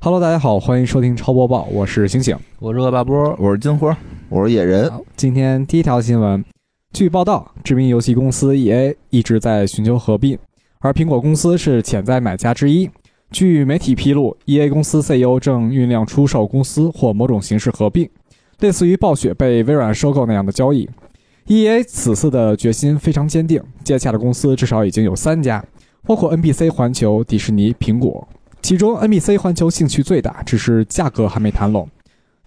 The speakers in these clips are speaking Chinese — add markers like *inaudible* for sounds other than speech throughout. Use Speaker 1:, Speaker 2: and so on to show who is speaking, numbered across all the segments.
Speaker 1: Hello，大家好，欢迎收听超播报，我是星星。
Speaker 2: 我是恶霸波，
Speaker 3: 我是金花，我是野人，
Speaker 2: 啊
Speaker 4: *laughs*
Speaker 1: 今天第一条新闻，据报道，知名游戏公司 EA 一直在寻求合并，而苹果公司是潜在买家之一。据媒体披露，EA 公司 CEO 正酝酿出售公司或某种形式合并，类似于暴雪被微软收购那样的交易。EA 此次的决心非常坚定，接洽的公司至少已经有三家，包括 NBC 环球、迪士尼、苹果。其中 NBC 环球兴趣最大，只是价格还没谈拢。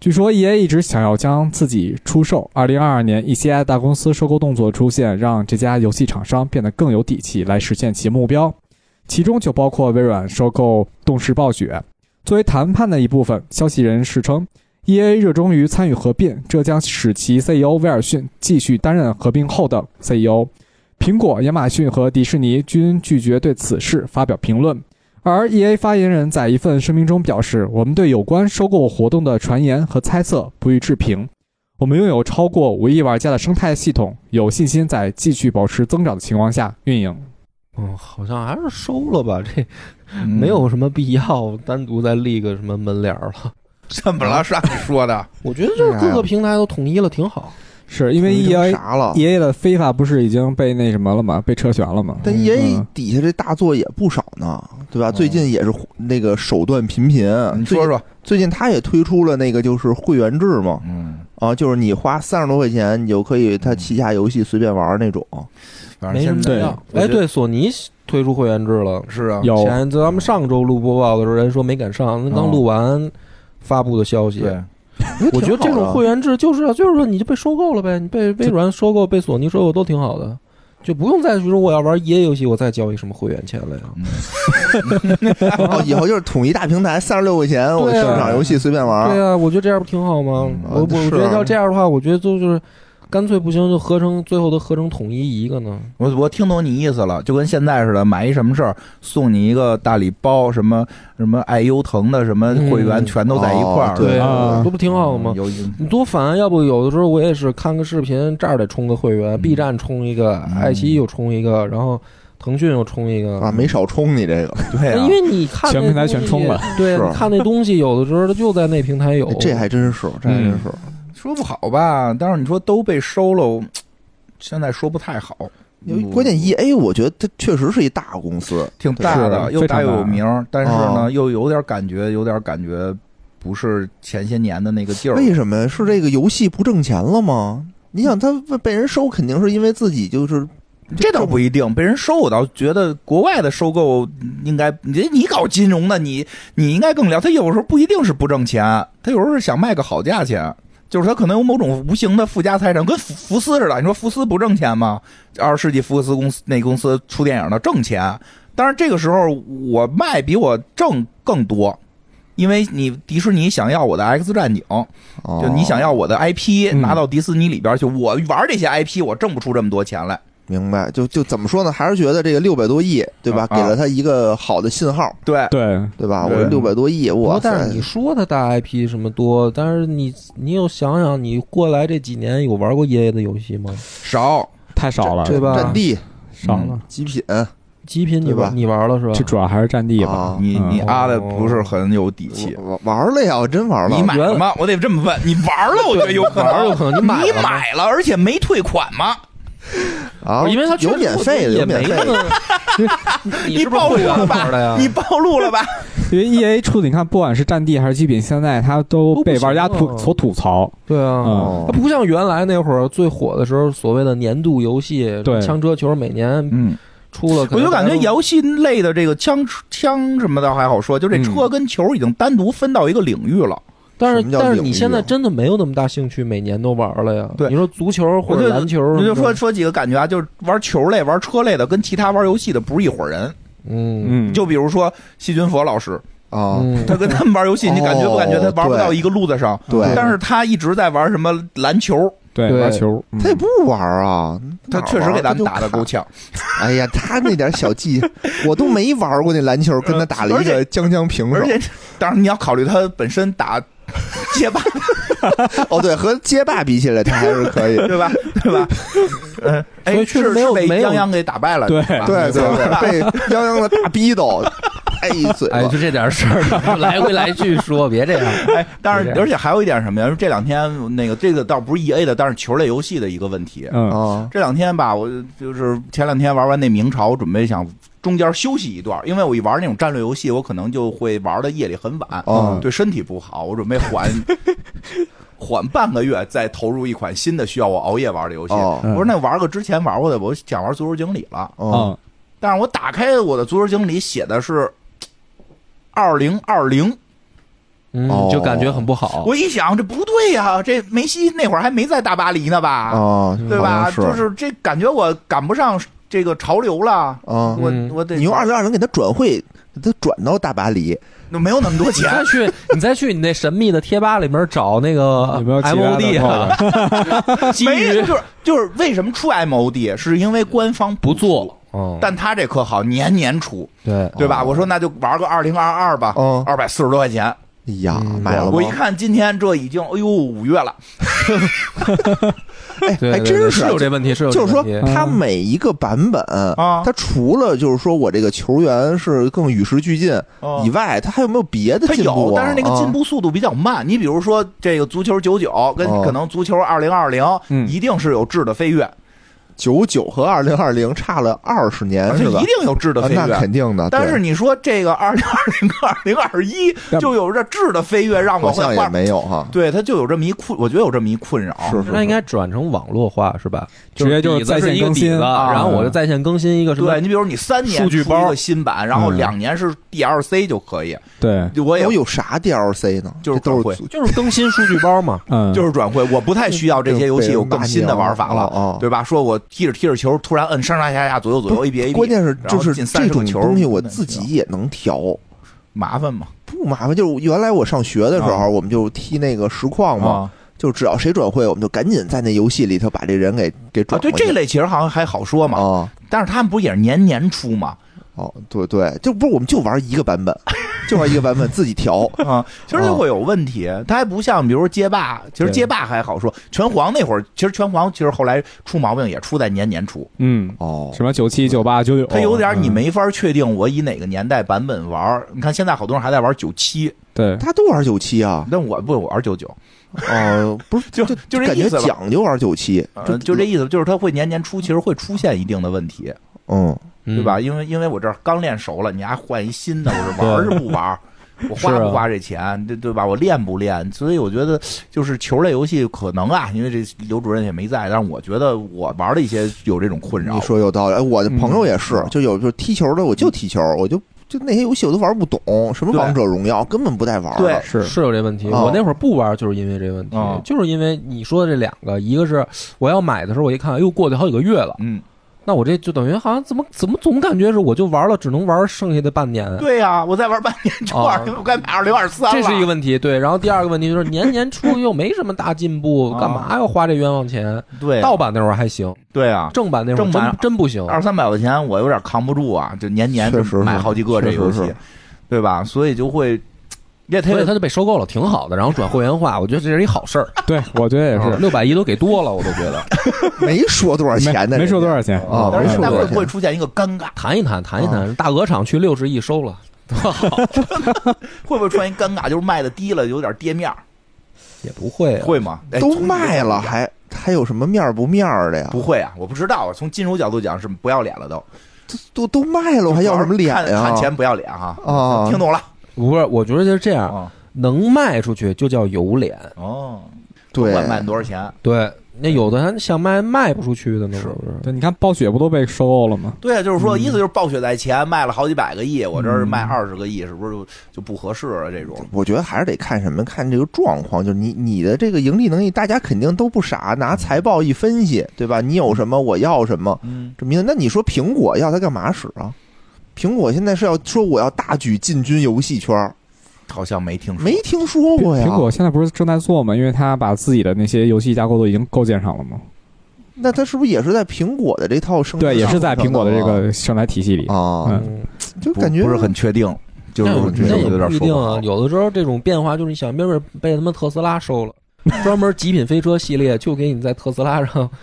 Speaker 1: 据说 EA 一直想要将自己出售。二零二二年，一些大公司收购动作出现，让这家游戏厂商变得更有底气来实现其目标，其中就包括微软收购动视暴雪。作为谈判的一部分，消息人士称，EA 热衷于参与合并，这将使其 CEO 威尔逊继续担任合并后的 CEO。苹果、亚马逊和迪士尼均拒绝对此事发表评论。而 EA 发言人在一份声明中表示：“我们对有关收购活动的传言和猜测不予置评。我们拥有超过五亿玩家的生态系统，有信心在继续保持增长的情况下运营。
Speaker 2: 嗯，好像还是收了吧，这没有什么必要单独再立个什么门脸儿了。
Speaker 3: 怎么了？上你说的，
Speaker 2: *laughs* 我觉得这各
Speaker 3: 哎
Speaker 2: 个平台都统一了，挺好。
Speaker 1: 是因为
Speaker 2: E
Speaker 1: E
Speaker 3: 成
Speaker 1: EA
Speaker 3: 啥了？
Speaker 1: EA 的非法不是已经被那什么了吗？被撤悬了吗？
Speaker 3: 但
Speaker 2: 嗯
Speaker 3: EA 底下这大作也不少呢，对吧？最近也是那个手段频频。
Speaker 4: 嗯你
Speaker 3: 最
Speaker 4: 说说，
Speaker 3: 最近他也推出了那个就是会员制嘛，
Speaker 4: 嗯，
Speaker 3: 啊，就是你花三十多块钱，你就可以他旗下游戏随便玩
Speaker 2: *laughs*
Speaker 3: 那种。哦
Speaker 4: 反正
Speaker 2: 没什么
Speaker 4: 现在
Speaker 2: 必要。哎，，对，索尼推出会员制了。
Speaker 4: 是啊，
Speaker 1: 有
Speaker 2: 前咱们上周录播报的时候，人说没赶上，那刚录完发布的消息。
Speaker 4: 对，
Speaker 2: 我觉得这
Speaker 3: 挺好
Speaker 2: 种
Speaker 3: 的
Speaker 2: 会员制就是啊就是说你就被收购了呗，你被微软收购、被索尼收购都挺好的，就不用再说我要玩 EA 游戏，我再交一什么会员钱了呀。
Speaker 3: 哦，以后就是统一大平台，三十六块钱，我
Speaker 2: 对啊
Speaker 3: 上场游戏随便玩。
Speaker 2: 对啊呀、我觉得这样不挺好吗？
Speaker 4: 嗯
Speaker 2: 我我
Speaker 3: 啊是啊
Speaker 2: 觉得要这样的话，我觉得就就是干脆不行就合成，最后都合成统一一个呢。
Speaker 4: 我我听懂你意思了，就跟现在似的，买一什么事儿送你一个大礼包，什么什么爱优腾的什么会员
Speaker 2: 嗯
Speaker 4: 全都在一块儿，
Speaker 3: 哦对
Speaker 1: 啊
Speaker 2: 这不挺好吗
Speaker 4: 嗯？有意
Speaker 2: 你多烦啊！要不有的时候我也是看个视频，这儿得充个会员
Speaker 4: 嗯
Speaker 2: ，B 站充一个，
Speaker 4: 嗯
Speaker 2: 爱奇艺又充一个，然后腾讯又充一个
Speaker 3: 啊，没少充你这个，
Speaker 4: 对啊
Speaker 2: 因，为你看
Speaker 1: 全
Speaker 2: 那
Speaker 1: 平台
Speaker 2: 东
Speaker 1: 全
Speaker 2: 西
Speaker 1: 充了，
Speaker 2: 对，
Speaker 3: 是啊
Speaker 2: 你看那东西有的时候它就在那平台有，
Speaker 3: 哎这还真是，这还真
Speaker 2: 嗯
Speaker 3: 是。
Speaker 4: 说不好吧，但是你说都被收了，现在说不太好，
Speaker 3: 因
Speaker 4: 嗯
Speaker 3: 为关键 E A，我觉得它确实是一大公司，
Speaker 4: 挺大的，
Speaker 1: 是
Speaker 4: 又大
Speaker 1: 非
Speaker 4: 又
Speaker 1: 常大
Speaker 4: 有名儿，但是
Speaker 3: 哦
Speaker 4: 呢，又有点感觉，有点感觉不是前些年的那个劲儿，
Speaker 3: 为什么呀是这个游戏不挣钱了吗？你想，他被被人收，肯定是因为自己就是
Speaker 4: 这倒不一定，被人收我倒觉得国外的收购应该，你你搞金融的，你你应该更了解。他有时候不一定是不挣钱，他有时候是想卖个好价钱，就是他可能有某种无形的附加财产，跟福福斯似的。你说福斯不挣钱吗？二十世纪福斯公司那公司出电影的挣钱，但是这个时候我卖比我挣更多。因为你迪士尼想要我的《X 战警》，哦就
Speaker 3: 就
Speaker 4: 你想要我的 IP
Speaker 1: 嗯
Speaker 4: 拿到迪士尼里边去，我玩这些 IP 我挣不出这么多钱来。
Speaker 3: 明白，就就怎么说呢？还是觉得这个六百多亿，对吧？
Speaker 4: 啊
Speaker 3: 给了他一个好的信号，
Speaker 4: 对，
Speaker 1: 对，
Speaker 3: 对吧？我
Speaker 4: 对
Speaker 3: 这六百多亿，
Speaker 2: 不
Speaker 3: 我
Speaker 2: 过但是你说它大 IP 什么多，但是你你又想想，你过来这几年有玩过爷爷的游戏吗？
Speaker 4: 少，
Speaker 1: 太少了，
Speaker 2: 对吧
Speaker 3: 战地
Speaker 1: 少了
Speaker 4: 嗯。
Speaker 3: 极品
Speaker 2: 极品你
Speaker 3: 对吧
Speaker 2: 玩你玩了是吧？
Speaker 1: 这主要还是战地吧，
Speaker 3: 啊，
Speaker 4: 你你
Speaker 1: 嗯
Speaker 4: 啊的
Speaker 2: 哦
Speaker 4: 不是很有底气。
Speaker 3: 玩玩了呀，我真玩了。
Speaker 4: 你买了吗？我得这么问，你玩了？我觉得有可能，
Speaker 2: *laughs* 玩有可能你买了
Speaker 4: 你
Speaker 2: 吗
Speaker 4: 买了，而且没退款吗？
Speaker 3: 啊？
Speaker 2: 因为它
Speaker 3: 有免费的，有免费的。
Speaker 2: 你
Speaker 4: 你
Speaker 2: 是不是
Speaker 4: 暴
Speaker 2: 会
Speaker 4: 露
Speaker 2: 员
Speaker 4: 了
Speaker 2: 玩的呀
Speaker 4: 吧？？你暴露了吧？
Speaker 1: 因为 E A 出的，你看，不管是战地还是极品，现在它都被玩家
Speaker 2: 都不行
Speaker 1: 吐
Speaker 2: 啊
Speaker 1: 所吐槽，
Speaker 2: 对啊，
Speaker 1: 嗯，
Speaker 3: 哦
Speaker 2: 它不像原来那会儿最火的时候，所谓的年度游戏，
Speaker 1: 对
Speaker 2: 枪车球每年
Speaker 4: 嗯，
Speaker 2: 出了，
Speaker 4: 我就感觉
Speaker 2: 有
Speaker 4: 游戏类的这个枪枪什么的还好说，就这车跟球已经单独分到一个领域了。
Speaker 2: 但
Speaker 3: 什
Speaker 2: 是
Speaker 3: 么叫
Speaker 2: 但是
Speaker 3: 领
Speaker 2: 你
Speaker 3: 域
Speaker 2: 现在
Speaker 3: 啊
Speaker 2: 真的没有那么大兴趣，每年都玩了呀。
Speaker 4: 对
Speaker 2: 你说足球或
Speaker 4: 我
Speaker 2: 者
Speaker 4: 就
Speaker 2: 篮球什么
Speaker 4: 我
Speaker 2: 的，
Speaker 4: 就说说几个感觉啊，就是玩球类、玩车类的跟其他玩游戏的不是一伙人。
Speaker 2: 嗯
Speaker 1: 嗯，
Speaker 4: 就比如说细菌佛老师，
Speaker 3: 啊，
Speaker 2: 嗯，
Speaker 4: 他跟他们玩游戏，你感觉
Speaker 2: 哦
Speaker 4: 不感觉他玩不到一个路子上？
Speaker 3: 对，
Speaker 4: 但是他一直在玩什么篮球，
Speaker 1: 对
Speaker 2: 对
Speaker 1: 玩球，嗯
Speaker 3: 他也不玩啊，
Speaker 4: 他确实给咱们打的
Speaker 3: 够
Speaker 4: 够呛。
Speaker 3: 哎呀，他那点小
Speaker 4: *laughs*
Speaker 3: 技，我都没玩过那篮球，跟他打了一 *laughs*
Speaker 4: 而
Speaker 3: 个将将平手
Speaker 4: 而。且，当然你要考虑他本身打
Speaker 3: *laughs*
Speaker 4: 街霸，
Speaker 3: 哦，对，和街霸比起来，他还是可以。
Speaker 4: *laughs* 对吧？对吧？嗯，哎，
Speaker 2: 所以确实
Speaker 4: 是
Speaker 2: 没有
Speaker 4: 是被
Speaker 2: 没有
Speaker 4: 泱泱给打败了，
Speaker 1: 对
Speaker 4: 吧
Speaker 3: 对对对，被泱泱的大逼斗，哎一
Speaker 2: *laughs*
Speaker 3: 嘴
Speaker 2: 哎，
Speaker 3: 巴
Speaker 2: 就这点事儿，来回来去说，别这样。
Speaker 4: 哎，但
Speaker 2: 是
Speaker 4: 是
Speaker 2: 这样
Speaker 4: 而且还有一点什么呀？这两天那个这个倒不是 E A 的，但是球类游戏的一个问题。
Speaker 1: 嗯
Speaker 3: 啊，
Speaker 4: 这两天吧，我就是前两天玩完那明朝，准备想中间休息一段，因为我一玩那种战略游戏，我可能就会玩的夜里很晚，
Speaker 3: 哦
Speaker 4: 对身体不好，我准备缓 *laughs* 缓半个月，再投入一款新的需要我熬夜玩的游戏。
Speaker 3: 哦
Speaker 1: 嗯
Speaker 4: 我说那玩个之前玩过的，我想玩足球经理了，
Speaker 3: 哦，
Speaker 1: 嗯
Speaker 4: 但是我打开我的足球经理写的是二零二零，
Speaker 2: 嗯
Speaker 3: 哦，
Speaker 2: 就感觉很不好。
Speaker 4: 我一想这不对呀、这梅西那会儿还没在大巴黎呢吧？
Speaker 3: 哦，
Speaker 4: 啊对
Speaker 3: 好
Speaker 4: 吧？
Speaker 3: 像
Speaker 4: 就是是这感觉我赶不上这个潮流了。
Speaker 3: 啊，
Speaker 4: 我
Speaker 2: 嗯
Speaker 4: 我得
Speaker 3: 你用二零二零给他转会，给他转到大巴黎，
Speaker 4: 没有那么多
Speaker 2: 你
Speaker 4: 钱
Speaker 2: 再，去，你再去你那神秘的贴吧里面找那个
Speaker 1: 有没有其他的
Speaker 2: MOD 啊？ *laughs* 基
Speaker 4: 没
Speaker 2: 于
Speaker 4: 就是就是为什么出 MOD 是因为官方
Speaker 2: 不，做，嗯，
Speaker 4: 但他这可好，年年出，
Speaker 3: 嗯
Speaker 2: 对，
Speaker 4: 对吧？我说那就玩个二零二二吧
Speaker 3: 哦，
Speaker 4: 二百四十多块钱，
Speaker 3: 哎呀，
Speaker 2: 嗯
Speaker 3: 买了吗
Speaker 4: 我一？看今天这已经哎呦五月了，
Speaker 3: 哎，
Speaker 2: 对，
Speaker 3: 还
Speaker 2: 对
Speaker 3: 真
Speaker 2: 对
Speaker 3: 是
Speaker 2: 是有这问题，是有这
Speaker 3: 就是说
Speaker 2: 问题，
Speaker 3: 它每一个版本
Speaker 4: 啊
Speaker 3: 它除了就是说我这个球员是更与时俱进
Speaker 4: 哦
Speaker 3: 以外，它还有没有别的
Speaker 4: 它
Speaker 3: 进步啊？
Speaker 4: 有，但是那个进
Speaker 3: 啊
Speaker 4: 步速度比较慢。你比如说这个足球九九跟
Speaker 3: 哦
Speaker 4: 可能足球二零二零，
Speaker 1: 嗯
Speaker 4: 一定是有质的飞跃，
Speaker 3: 九九和二零二零差了二十年
Speaker 4: 它
Speaker 3: 是
Speaker 4: 一
Speaker 3: 吧？
Speaker 4: 定有质的
Speaker 3: 啊
Speaker 4: 飞
Speaker 3: 那
Speaker 4: 跃。
Speaker 3: 肯定的，
Speaker 4: 但
Speaker 3: 对
Speaker 4: 是你说这个二零二零二零二一
Speaker 1: 但
Speaker 4: 就有着质的飞跃，让我
Speaker 3: 好像也
Speaker 4: 换哦
Speaker 3: 没有哈。
Speaker 4: 对，它就有这么一困，我觉得有这么一困扰。
Speaker 3: 是是
Speaker 2: 那应该转成网络化是吧？
Speaker 1: 直接就是
Speaker 2: 底子
Speaker 1: 在线
Speaker 2: 一个
Speaker 1: 更新
Speaker 2: 底子
Speaker 1: 啊
Speaker 2: 然后我就在线更新一个什么
Speaker 4: 对你，比如你三年
Speaker 2: 数据
Speaker 4: 出一
Speaker 2: 包
Speaker 4: 个新版，然后
Speaker 1: 嗯
Speaker 4: 两年是 DLC 就可以。
Speaker 1: 对，
Speaker 4: 我也
Speaker 3: 我有啥 DLC 呢？
Speaker 4: 就是
Speaker 3: 这都
Speaker 4: 转
Speaker 3: 是
Speaker 2: *laughs* 就是更新数据包嘛。
Speaker 1: 嗯，
Speaker 4: 就是转会，我不太需要这
Speaker 3: 嗯
Speaker 4: 些游戏有更新的玩法了，
Speaker 3: 哦哦
Speaker 4: 对吧？说我踢着踢着球，突然摁上上下下左右左右 A B A B，
Speaker 3: 关键是
Speaker 4: 然
Speaker 3: 就
Speaker 4: 后
Speaker 3: 是
Speaker 4: 进
Speaker 3: 这
Speaker 4: 30个
Speaker 3: 种
Speaker 4: 球
Speaker 3: 东西我
Speaker 4: 那
Speaker 3: 自己
Speaker 4: 行
Speaker 3: 也能调，
Speaker 4: 麻烦嘛，
Speaker 3: 不麻烦。就是原来我上学的时
Speaker 4: 啊
Speaker 3: 候，我们就踢那个实况嘛，
Speaker 4: 啊
Speaker 3: 就只要谁转会，我们就赶紧在那游戏里头把这人给给
Speaker 4: 啊，
Speaker 3: 转
Speaker 4: 对
Speaker 3: 过去。
Speaker 4: 这类其实好像还好说嘛，
Speaker 3: 啊，
Speaker 4: 但是他们不也是年年出嘛？
Speaker 3: 哦，对对，就不是我们就玩一个版本，就玩一个版本自己调。
Speaker 4: 啊，其实就会有问题，它还不像比如说街霸，其实
Speaker 1: 对
Speaker 4: 街霸还好说，拳皇那会儿其实拳皇其实后来出毛病也出在年年出，
Speaker 1: 嗯，
Speaker 4: *laughs*
Speaker 3: 哦，
Speaker 1: 什么九七九八九九，
Speaker 4: 它有点你
Speaker 1: 嗯
Speaker 4: 没法确定我以哪个年代版本玩儿。你看现在好多人还在玩九七，
Speaker 1: 对，
Speaker 3: 他都玩九七啊？
Speaker 4: 但我不我玩九九，
Speaker 3: 哦，不是，
Speaker 4: 就
Speaker 3: 就
Speaker 4: 就这
Speaker 3: 感
Speaker 4: 意
Speaker 3: 觉
Speaker 4: 思吧
Speaker 3: 讲究玩九七，
Speaker 4: 呃就这意思，就是它会年年出，其实会出现一定的问题。
Speaker 3: 嗯，
Speaker 4: 对
Speaker 2: 对
Speaker 4: 吧？？因为因为我这儿刚练熟了，你还换一新的，我这玩儿是不玩儿？我花
Speaker 2: 是啊
Speaker 4: 不花这钱，对对吧？我练不练？所以我觉得就是球类游戏可能啊，因为这刘主任也没在，但是我觉得我玩的一些有这种困扰
Speaker 3: 你。说有道理。哎，我的朋友也是
Speaker 4: 嗯，
Speaker 3: 就有就踢球的，我就踢球，我就就那些游戏我都玩不懂，什么
Speaker 4: 对
Speaker 3: 王者荣耀根本不带玩儿
Speaker 4: 对
Speaker 3: 的。
Speaker 1: 是
Speaker 2: 是有这问题，
Speaker 3: 哦
Speaker 2: 我那会儿不玩，就是因为这问题
Speaker 4: 哦，
Speaker 2: 就是因为你说的这两个，一个是我要买的时候，我一看，又过去好几个月了，
Speaker 4: 嗯，
Speaker 2: 那我这就等于好像怎么怎么总感觉是我就玩了，只能玩剩下的半年，
Speaker 4: 对呀、我再玩半年就
Speaker 2: 哦
Speaker 4: 二零，我该买二零二三
Speaker 2: 这
Speaker 4: 了。
Speaker 2: 是一个问题。对，然后第二个问题就是年年出又没什么大进步，
Speaker 3: 哦
Speaker 4: 啊
Speaker 2: 干嘛要花这冤枉钱？
Speaker 4: 对
Speaker 2: 盗版那会儿还行，
Speaker 4: 对啊，
Speaker 2: 正版那会儿
Speaker 4: 正
Speaker 2: 真
Speaker 4: 版
Speaker 2: 真不行。
Speaker 4: 二三百块钱我有点扛不住啊，就年年
Speaker 3: 确实是
Speaker 4: 买好几个这游
Speaker 3: 确实
Speaker 4: 戏
Speaker 3: 是，
Speaker 4: 对吧？所以就会，也他
Speaker 2: 所以他就被收购了，挺好的。然后转会员化，我觉得这是一好事儿，
Speaker 1: 对，我觉得也是，
Speaker 2: 六百一都给多了，我都觉得
Speaker 3: 没说多少钱呢，
Speaker 1: 没没说多
Speaker 3: 人
Speaker 1: 少钱
Speaker 3: 家啊，
Speaker 4: 哦但
Speaker 3: 没
Speaker 4: 是
Speaker 3: 说
Speaker 4: 那
Speaker 3: 多
Speaker 4: 会
Speaker 3: 少
Speaker 4: 不会
Speaker 3: 钱。
Speaker 4: 出现一个尴尬？
Speaker 2: 谈一谈，谈一
Speaker 4: 嗯
Speaker 2: 谈。大鹅厂去六十亿收了，多
Speaker 4: *laughs*
Speaker 2: 好，
Speaker 4: 会不会出现一尴尬？就是卖的低了，有点跌面儿，
Speaker 2: 也不会啊。
Speaker 4: 会吗？哎
Speaker 3: 都卖了，还还有什么面儿不面儿的呀？
Speaker 4: 不会啊，我不知道啊。从金融角度讲是不要脸了都，
Speaker 3: 都都卖了，我还要什么脸啊
Speaker 4: 看
Speaker 3: 呀？
Speaker 4: 看钱不要脸哈。
Speaker 3: 啊
Speaker 4: 听懂了
Speaker 2: 不是，我觉得就是这样，
Speaker 4: 啊？
Speaker 2: 能卖出去就叫有脸。
Speaker 4: 哦，
Speaker 3: 对
Speaker 4: 不，管卖多少钱？
Speaker 2: 对，那有的还想卖卖不出去的呢，是不是？
Speaker 1: 对，你看暴雪不都被收购了吗？
Speaker 4: 对啊，就是说，
Speaker 3: 嗯
Speaker 4: 意思就是暴雪在前，卖了好几百个亿，我这儿卖二十个亿，是不是就就不合适了？这种
Speaker 3: 我觉得还是得看什么，看这个状况。就是你你的这个盈利能力，大家肯定都不傻，拿财报一分析，对吧？你有什么，我要什么，
Speaker 4: 嗯，
Speaker 3: 这么一个那你说苹果要它干嘛使啊？苹果现在是要说我要大举进军游戏圈儿，
Speaker 4: 好像没听说
Speaker 3: 没听说过呀。
Speaker 1: 苹果现在不是正在做吗？因为他把自己的那些游戏架构都已经构建上了嘛。
Speaker 3: 那它是不是也是在苹果的这套生态
Speaker 1: 对，也是在
Speaker 3: 上
Speaker 1: 苹果的这个生态体系里。
Speaker 3: 啊，
Speaker 1: 嗯
Speaker 2: 嗯，
Speaker 3: 就
Speaker 4: 不
Speaker 3: 感觉
Speaker 4: 不是很确定。就是
Speaker 2: 那
Speaker 4: 我觉
Speaker 2: 那
Speaker 4: 得
Speaker 2: 也
Speaker 4: 有点
Speaker 2: 不一
Speaker 4: 说
Speaker 2: 定
Speaker 4: 不
Speaker 2: 啊
Speaker 4: 好。。
Speaker 2: 有的时候这种变化就是你想，明明被他们特斯拉收了，专门极品飞车系列就给你在特斯拉上 *laughs*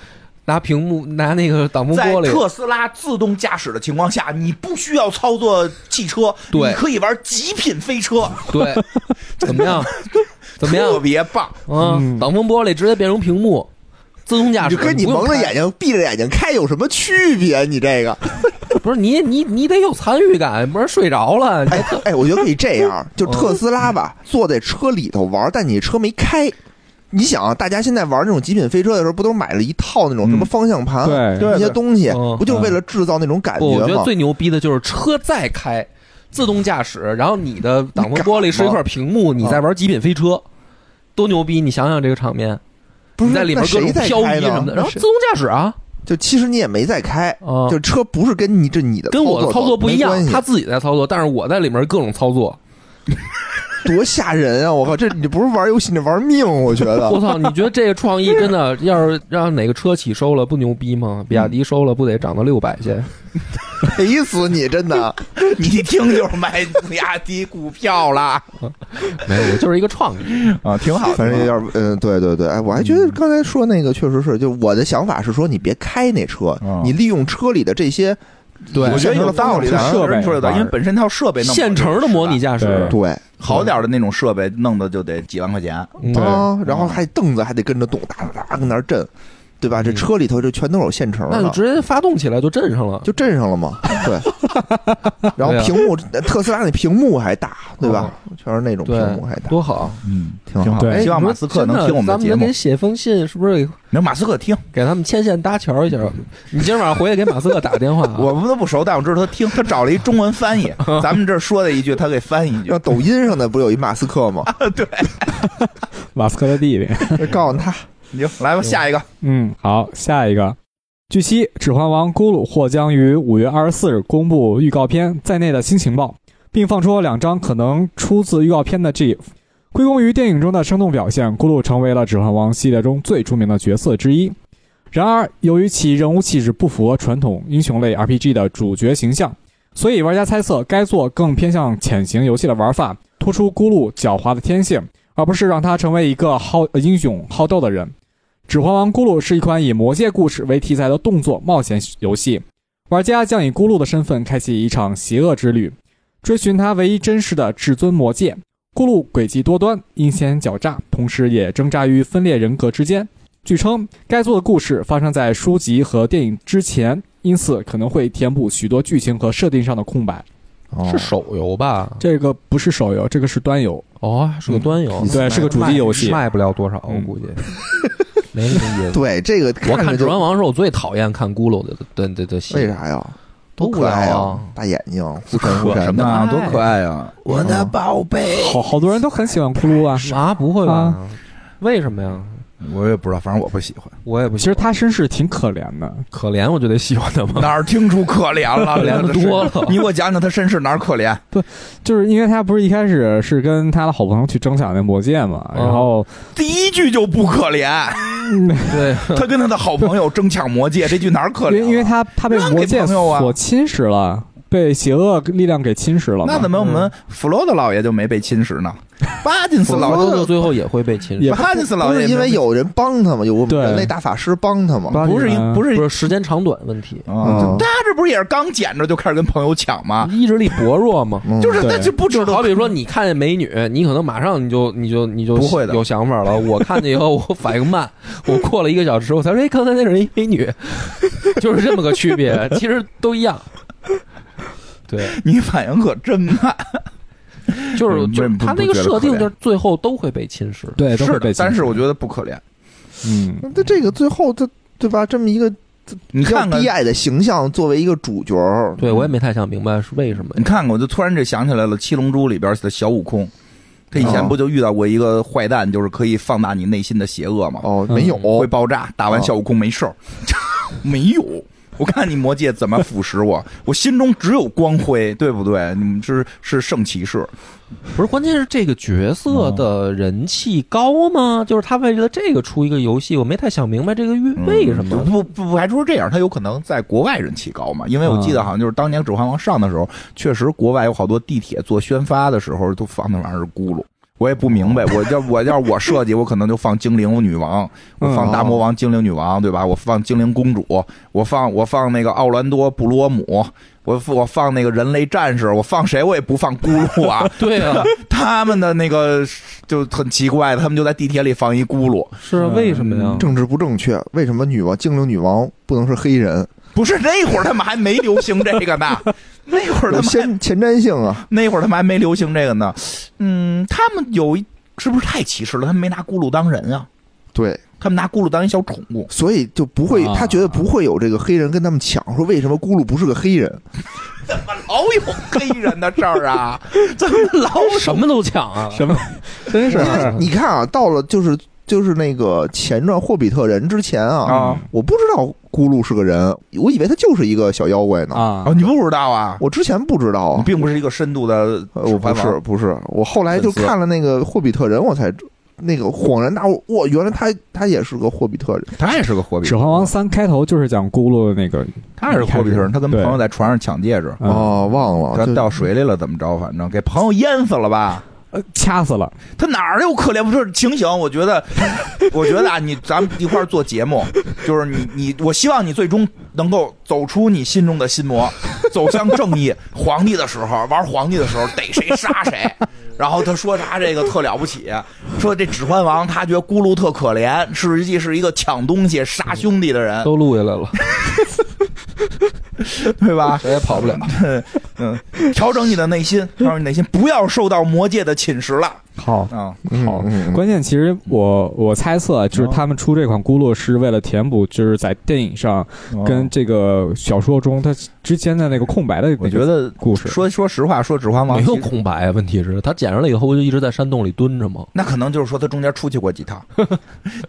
Speaker 2: 拿屏幕拿那个挡风
Speaker 4: 在
Speaker 2: 玻璃，
Speaker 4: 特斯拉自动驾驶的情况下，你不需要操作汽车，
Speaker 2: 对
Speaker 4: 你可以玩极品飞车，
Speaker 3: *laughs*
Speaker 2: 对，怎么样？怎么样
Speaker 4: 特？别棒。
Speaker 2: 啊
Speaker 1: 嗯，
Speaker 2: 挡风玻璃直接变成屏幕，自动驾
Speaker 3: 你
Speaker 2: 驶，
Speaker 3: 就跟你
Speaker 2: 不用
Speaker 3: 蒙着
Speaker 2: 开
Speaker 3: 眼睛、闭着眼睛开有什么区别？你这个，
Speaker 2: 不是你你你得有参与感，不然睡着了。你
Speaker 3: *laughs* 哎哎，我觉得可以这样，就特斯拉吧，
Speaker 2: 嗯
Speaker 3: 坐在车里头玩，但你车没开。你想啊，大家现在玩那种极品飞车的时候，不都买了一套那种什么
Speaker 4: 嗯
Speaker 3: 方向盘、
Speaker 1: 对
Speaker 4: 对
Speaker 3: 那些东西
Speaker 2: 嗯，
Speaker 3: 不就是为了制造那种感
Speaker 2: 不，我觉得
Speaker 3: 吗？
Speaker 2: 最牛逼的就是车在开，自动驾驶，然后你的挡风玻璃是一块屏幕，
Speaker 3: 嗯
Speaker 2: 你在玩极品飞车，多牛逼！你想想这个场面，
Speaker 3: 不
Speaker 2: 你
Speaker 3: 是
Speaker 2: 在里面
Speaker 3: 那
Speaker 2: 各
Speaker 3: 谁
Speaker 2: 种
Speaker 3: 在
Speaker 2: 漂
Speaker 3: 开
Speaker 2: 移
Speaker 3: 呢
Speaker 2: 什么的，然后自
Speaker 3: 那谁
Speaker 2: 动驾驶啊，
Speaker 3: 就其实你也没在开，
Speaker 2: 啊
Speaker 3: 就，车不是跟你这你的
Speaker 2: 跟我的
Speaker 3: 操
Speaker 2: 操作不一
Speaker 3: 没
Speaker 2: 样，
Speaker 3: 关系
Speaker 2: 他自己在操作，但是我在里面各种操作。
Speaker 3: 多吓人啊！我靠，这你不是玩游戏，你玩命！我觉
Speaker 2: *laughs*
Speaker 3: 得
Speaker 2: 我操，你觉得这个创意真的要是让哪个车企收了，不牛逼吗？比亚迪收了，不得涨到六百去？
Speaker 3: 赔死你，真的。
Speaker 4: 你一听就是买比亚迪股票啦，
Speaker 2: *laughs* 没有，我就是一个创意。
Speaker 4: 啊，挺好的。
Speaker 3: 反正有点儿，嗯，对对对，哎，我还觉
Speaker 2: 嗯
Speaker 3: 得刚才说那个确实是，就我的想法是说，你别开那车
Speaker 2: 啊
Speaker 4: 嗯，
Speaker 3: 你利用车里的这些，
Speaker 1: 对
Speaker 4: 我觉得有道理的，
Speaker 1: 设备
Speaker 4: 有人说有道理，因为本身它要设备弄
Speaker 2: 现成的模拟驾驶
Speaker 1: 对，
Speaker 3: 对
Speaker 4: 好点的那种设备弄的就得几万块钱。
Speaker 2: 嗯
Speaker 1: 对
Speaker 3: 啊，然后还凳子还得跟着动，哒哒哒跟那儿震，对吧？这
Speaker 2: 嗯
Speaker 3: 车里头就全都有现成
Speaker 2: 那就
Speaker 3: 的。
Speaker 2: 直接发动起来就震上了。
Speaker 3: 就震上
Speaker 2: *laughs*
Speaker 3: 了嘛，对，然后
Speaker 2: 对啊哦
Speaker 3: 屏幕，特斯拉那屏幕还大，对吧？全是那种屏
Speaker 2: 对
Speaker 3: 幕还大，
Speaker 2: 多好！哎
Speaker 4: 嗯，
Speaker 3: 挺
Speaker 4: 挺
Speaker 3: 好
Speaker 4: 好。
Speaker 1: 对
Speaker 4: 希望马斯克能啊听我们
Speaker 2: 咱
Speaker 4: 的节目
Speaker 2: 给。写封信，是不是
Speaker 4: 没有马斯克听，
Speaker 2: 给他们牵线搭桥一下？你今儿晚上回去给马斯克打个电话、啊。
Speaker 4: *laughs* 我们都不熟，但我知道他听。他找了一中文翻 *laughs* 译，咱们这儿说的一句，他给翻译 *laughs* 一句
Speaker 3: 让。抖音上的不有一马斯克
Speaker 2: *laughs*
Speaker 3: 吗？
Speaker 1: 马斯克的弟弟。
Speaker 3: 告诉他，
Speaker 4: 行，来吧，下一个。
Speaker 1: 嗯，好，下一个。据悉，《指环王》咕噜或将于五月二十四日公布预告片在内的新情报，并放出了两张可能出自预告片的 GIF。归功于电影中的生动表现，咕噜成为了《指环王》系列中最著名的角色之一。然而，由于其人物气质不符合传统英雄类 RPG 的主角形象，所以玩家猜测该作更偏向潜行游戏的玩法，突出咕噜狡猾的天性，而不是让他成为一个好呃英雄好斗的人。《指环王：咕噜》是一款以魔界故事为题材的动作冒险游戏，玩家将以咕噜的身份开启一场邪恶之旅，追寻他唯一真实的至尊魔戒。咕噜诡计多端，阴险狡诈，同时也挣扎于分裂人格之间。据称，该作的故事发生在书籍和电影之前，因此可能会填补许多剧情和设定上的空白。
Speaker 2: *laughs* 啊是手游吧？
Speaker 1: 这个不是手游，这个是端游。
Speaker 2: 哦，是个端
Speaker 4: 嗯
Speaker 2: 游，
Speaker 1: 对是个主机游戏
Speaker 2: 卖不了多少，我
Speaker 1: 嗯
Speaker 2: 估计。 *laughs* 没什么意思。
Speaker 3: 对这个
Speaker 2: *laughs* 我
Speaker 3: 着
Speaker 2: 看《
Speaker 3: 就
Speaker 2: 指环王》是我最讨厌看咕噜的的的的戏，
Speaker 3: 为啥呀？
Speaker 2: 都
Speaker 3: 可
Speaker 2: 无
Speaker 3: 爱
Speaker 2: 聊
Speaker 3: 啊
Speaker 2: 啊！，
Speaker 3: 大眼睛，忽闪忽闪
Speaker 4: 什么
Speaker 3: 的。
Speaker 4: 啊？多可爱啊！我的宝贝，
Speaker 1: 好好多人都很喜欢咕噜啊。
Speaker 2: 啊，不会吧
Speaker 1: 啊？
Speaker 2: 为什么呀？
Speaker 4: 我也不知道，反正我不喜欢。
Speaker 2: 我也不
Speaker 1: 其
Speaker 2: 喜
Speaker 1: 实
Speaker 2: 欢
Speaker 1: 他身世挺可怜的，
Speaker 2: 可怜，我就得喜欢他
Speaker 4: *laughs*
Speaker 2: 吗？
Speaker 4: 哪儿听出可怜了？ *laughs*
Speaker 2: 可怜的多了
Speaker 4: 你给我讲讲他身世哪儿可怜？
Speaker 1: 就是因为他不是一开始是跟他的好朋友去争抢那魔戒嘛，
Speaker 2: 嗯
Speaker 1: 然后
Speaker 4: 第一句就不可怜，
Speaker 2: 对，
Speaker 4: *laughs* 他跟他的好朋友争抢魔戒，这句哪儿
Speaker 1: 因
Speaker 4: 可怜
Speaker 1: 为
Speaker 4: 啊？
Speaker 1: 因为他他被
Speaker 4: 让给
Speaker 1: 魔戒
Speaker 4: 朋友啊
Speaker 1: 所侵蚀了，被邪恶力量给侵蚀了嘛。
Speaker 4: 那怎么我们弗罗德老爷就没被侵蚀呢？巴金斯
Speaker 2: 老
Speaker 4: 老
Speaker 2: 多
Speaker 4: 爷
Speaker 2: 的最后也会被侵
Speaker 1: 也
Speaker 2: 蚀，
Speaker 4: 巴金斯老
Speaker 3: 不
Speaker 4: 爷
Speaker 3: 是
Speaker 4: 也
Speaker 3: 因
Speaker 4: 没
Speaker 3: 为有人帮他吗？有我们
Speaker 1: 对
Speaker 3: 人类大法师帮他吗？
Speaker 4: 不是因嗯不是
Speaker 2: 不是时间长短问题，
Speaker 4: 啊，他这不是也是刚捡着就开始跟朋友抢吗？
Speaker 2: 意志力薄弱嘛。
Speaker 3: 嗯
Speaker 4: 就是
Speaker 1: 对
Speaker 4: 他就不值
Speaker 2: 就
Speaker 4: 得
Speaker 2: 好比说，你看见美女，你可能马上你就你就你就
Speaker 4: 不会的
Speaker 2: 有想法了。我看见以后，我反应慢，我过了一个小时，我才说，哎，刚才那是一美女， *laughs* 就是这么个区别，其实都一样。对，
Speaker 4: 你反应可真慢，
Speaker 2: 就是
Speaker 4: 嗯
Speaker 2: 就是
Speaker 4: 不
Speaker 2: 他
Speaker 4: 不
Speaker 2: 那个
Speaker 4: 觉得
Speaker 2: 设定，
Speaker 4: 可怜
Speaker 2: 就是最后都会被侵蚀。
Speaker 1: 对，都
Speaker 4: 是
Speaker 1: 被
Speaker 4: 的，
Speaker 1: 侵蚀
Speaker 4: 但是我觉得不可怜。
Speaker 1: 嗯，
Speaker 3: 那这个最后他对吧？这么一个
Speaker 4: 你
Speaker 3: 比较
Speaker 4: 看看
Speaker 3: 低，矮的形象作为一个主角，
Speaker 2: 对我也没太想明白是为什么
Speaker 4: 你。看看，我就突然这想起来了，《七龙珠》里边的小悟空，他以前
Speaker 3: 哦
Speaker 4: 不就遇到过一个坏蛋，就是可以放大你内心的邪恶吗？
Speaker 3: 哦，
Speaker 1: 嗯
Speaker 3: 没有，
Speaker 4: 会爆炸，打完
Speaker 3: 哦
Speaker 4: 小悟空没事儿，没有。我看你魔界怎么腐蚀我，我心中只有光辉，对不对？你们是是圣骑士，
Speaker 2: 不是，关键是这个角
Speaker 4: 哦
Speaker 2: 色的人气高吗？就是他为了这个出一个游戏，我没太想明白这个为
Speaker 4: 嗯
Speaker 2: 为什么。
Speaker 4: 不不不排除是这样，他有可能在国外人气高嘛？因为我记得好像就是当年《指环王》上的时候，确实国外有好多地铁做宣发的时候都放那玩意儿咕噜。我也不明白，我要我要我设计，我可能就放精灵女王，我放大魔王、精灵女王，对吧？我放精灵公主，我放我放那个奥兰多布罗姆，我我放那个人类战士，我放谁我也不放咕噜啊， *laughs*
Speaker 2: 对啊，
Speaker 4: 他们的那个就很奇怪，他们就在地铁里放一咕噜，
Speaker 2: 是啊
Speaker 1: 嗯
Speaker 2: 为什么呀？
Speaker 3: 政治不正确，为什么女王精灵女王不能是黑人？
Speaker 4: 不是那会儿他们还没流行这个呢， *laughs* 那会
Speaker 3: 有
Speaker 4: 儿他们还
Speaker 3: 先前瞻性啊！
Speaker 4: 那会儿他们还没流行这个呢，嗯，他们有一是不是太歧视了？他们没拿咕噜当人啊，
Speaker 3: 对，
Speaker 4: 他们拿咕噜当一小宠物，
Speaker 3: 所以就不会，
Speaker 1: 啊
Speaker 3: 他觉得不会有这个黑人跟他们抢，说为什么咕噜不是个黑人？
Speaker 4: 怎么老有黑人的事儿 *laughs* 啊？
Speaker 2: *laughs*
Speaker 4: 怎么老
Speaker 2: 什么都抢啊！
Speaker 1: 什么？真是
Speaker 3: 因为你看啊，到了就是就是那个前传《霍比特人》之前啊，
Speaker 4: 啊
Speaker 3: 我不知道咕噜是个人，我以为他就是一个小妖怪呢。
Speaker 1: 啊
Speaker 4: 啊？你不知道啊？
Speaker 3: 我之前不知道
Speaker 4: 你
Speaker 3: 啊，
Speaker 4: 并不是一个深度的
Speaker 3: 呃我不是不是，我后来就
Speaker 4: 粉丝
Speaker 3: 看了那个《霍比特人》，我才那个恍然大悟，哇，原来他他也是个霍比特人。
Speaker 4: 他也是个货币
Speaker 1: 指，环王三》开头就是讲咕噜的那个，
Speaker 4: 他也是货币特人，他跟朋
Speaker 1: 对
Speaker 4: 友在船上抢戒指。
Speaker 1: 嗯
Speaker 3: 哦，忘了，
Speaker 4: 他
Speaker 3: 就
Speaker 4: 掉水里了，怎么着？反正给朋友淹死了吧？
Speaker 1: 呃掐死了。
Speaker 4: 他哪儿有可怜？不是情形，我觉得，我觉得啊，你咱们一块儿做节目，就是你你，我希望你最终能够走出你心中的心魔，走向正义。皇帝的时候，玩皇帝的时候逮谁杀谁。然后他说啥这个特了不起，说这指环王他觉得咕噜特可怜，实际是一个抢东西杀兄弟的人，
Speaker 2: 都录下来了，
Speaker 4: 对吧？
Speaker 2: 谁也跑不了。
Speaker 4: *laughs* 嗯，调整你的内心，调整你内心，不要受到魔界的侵蚀了
Speaker 1: 好，
Speaker 4: 啊！
Speaker 1: 好
Speaker 3: 嗯嗯嗯
Speaker 1: 关键其实我我猜测啊，就是他们出这款咕噜是为了填补，就是在电影上
Speaker 4: 哦
Speaker 1: 跟这个小说中它之间的那个空白的那个
Speaker 4: 我觉得
Speaker 1: 故事。
Speaker 4: 说说实话，说《指环王
Speaker 2: 没》有
Speaker 4: 其实
Speaker 2: 空白啊，问题是他捡上来以后，不就一直在山洞里蹲着吗？
Speaker 4: 那可能就是说他中间出去过几趟，
Speaker 3: *laughs*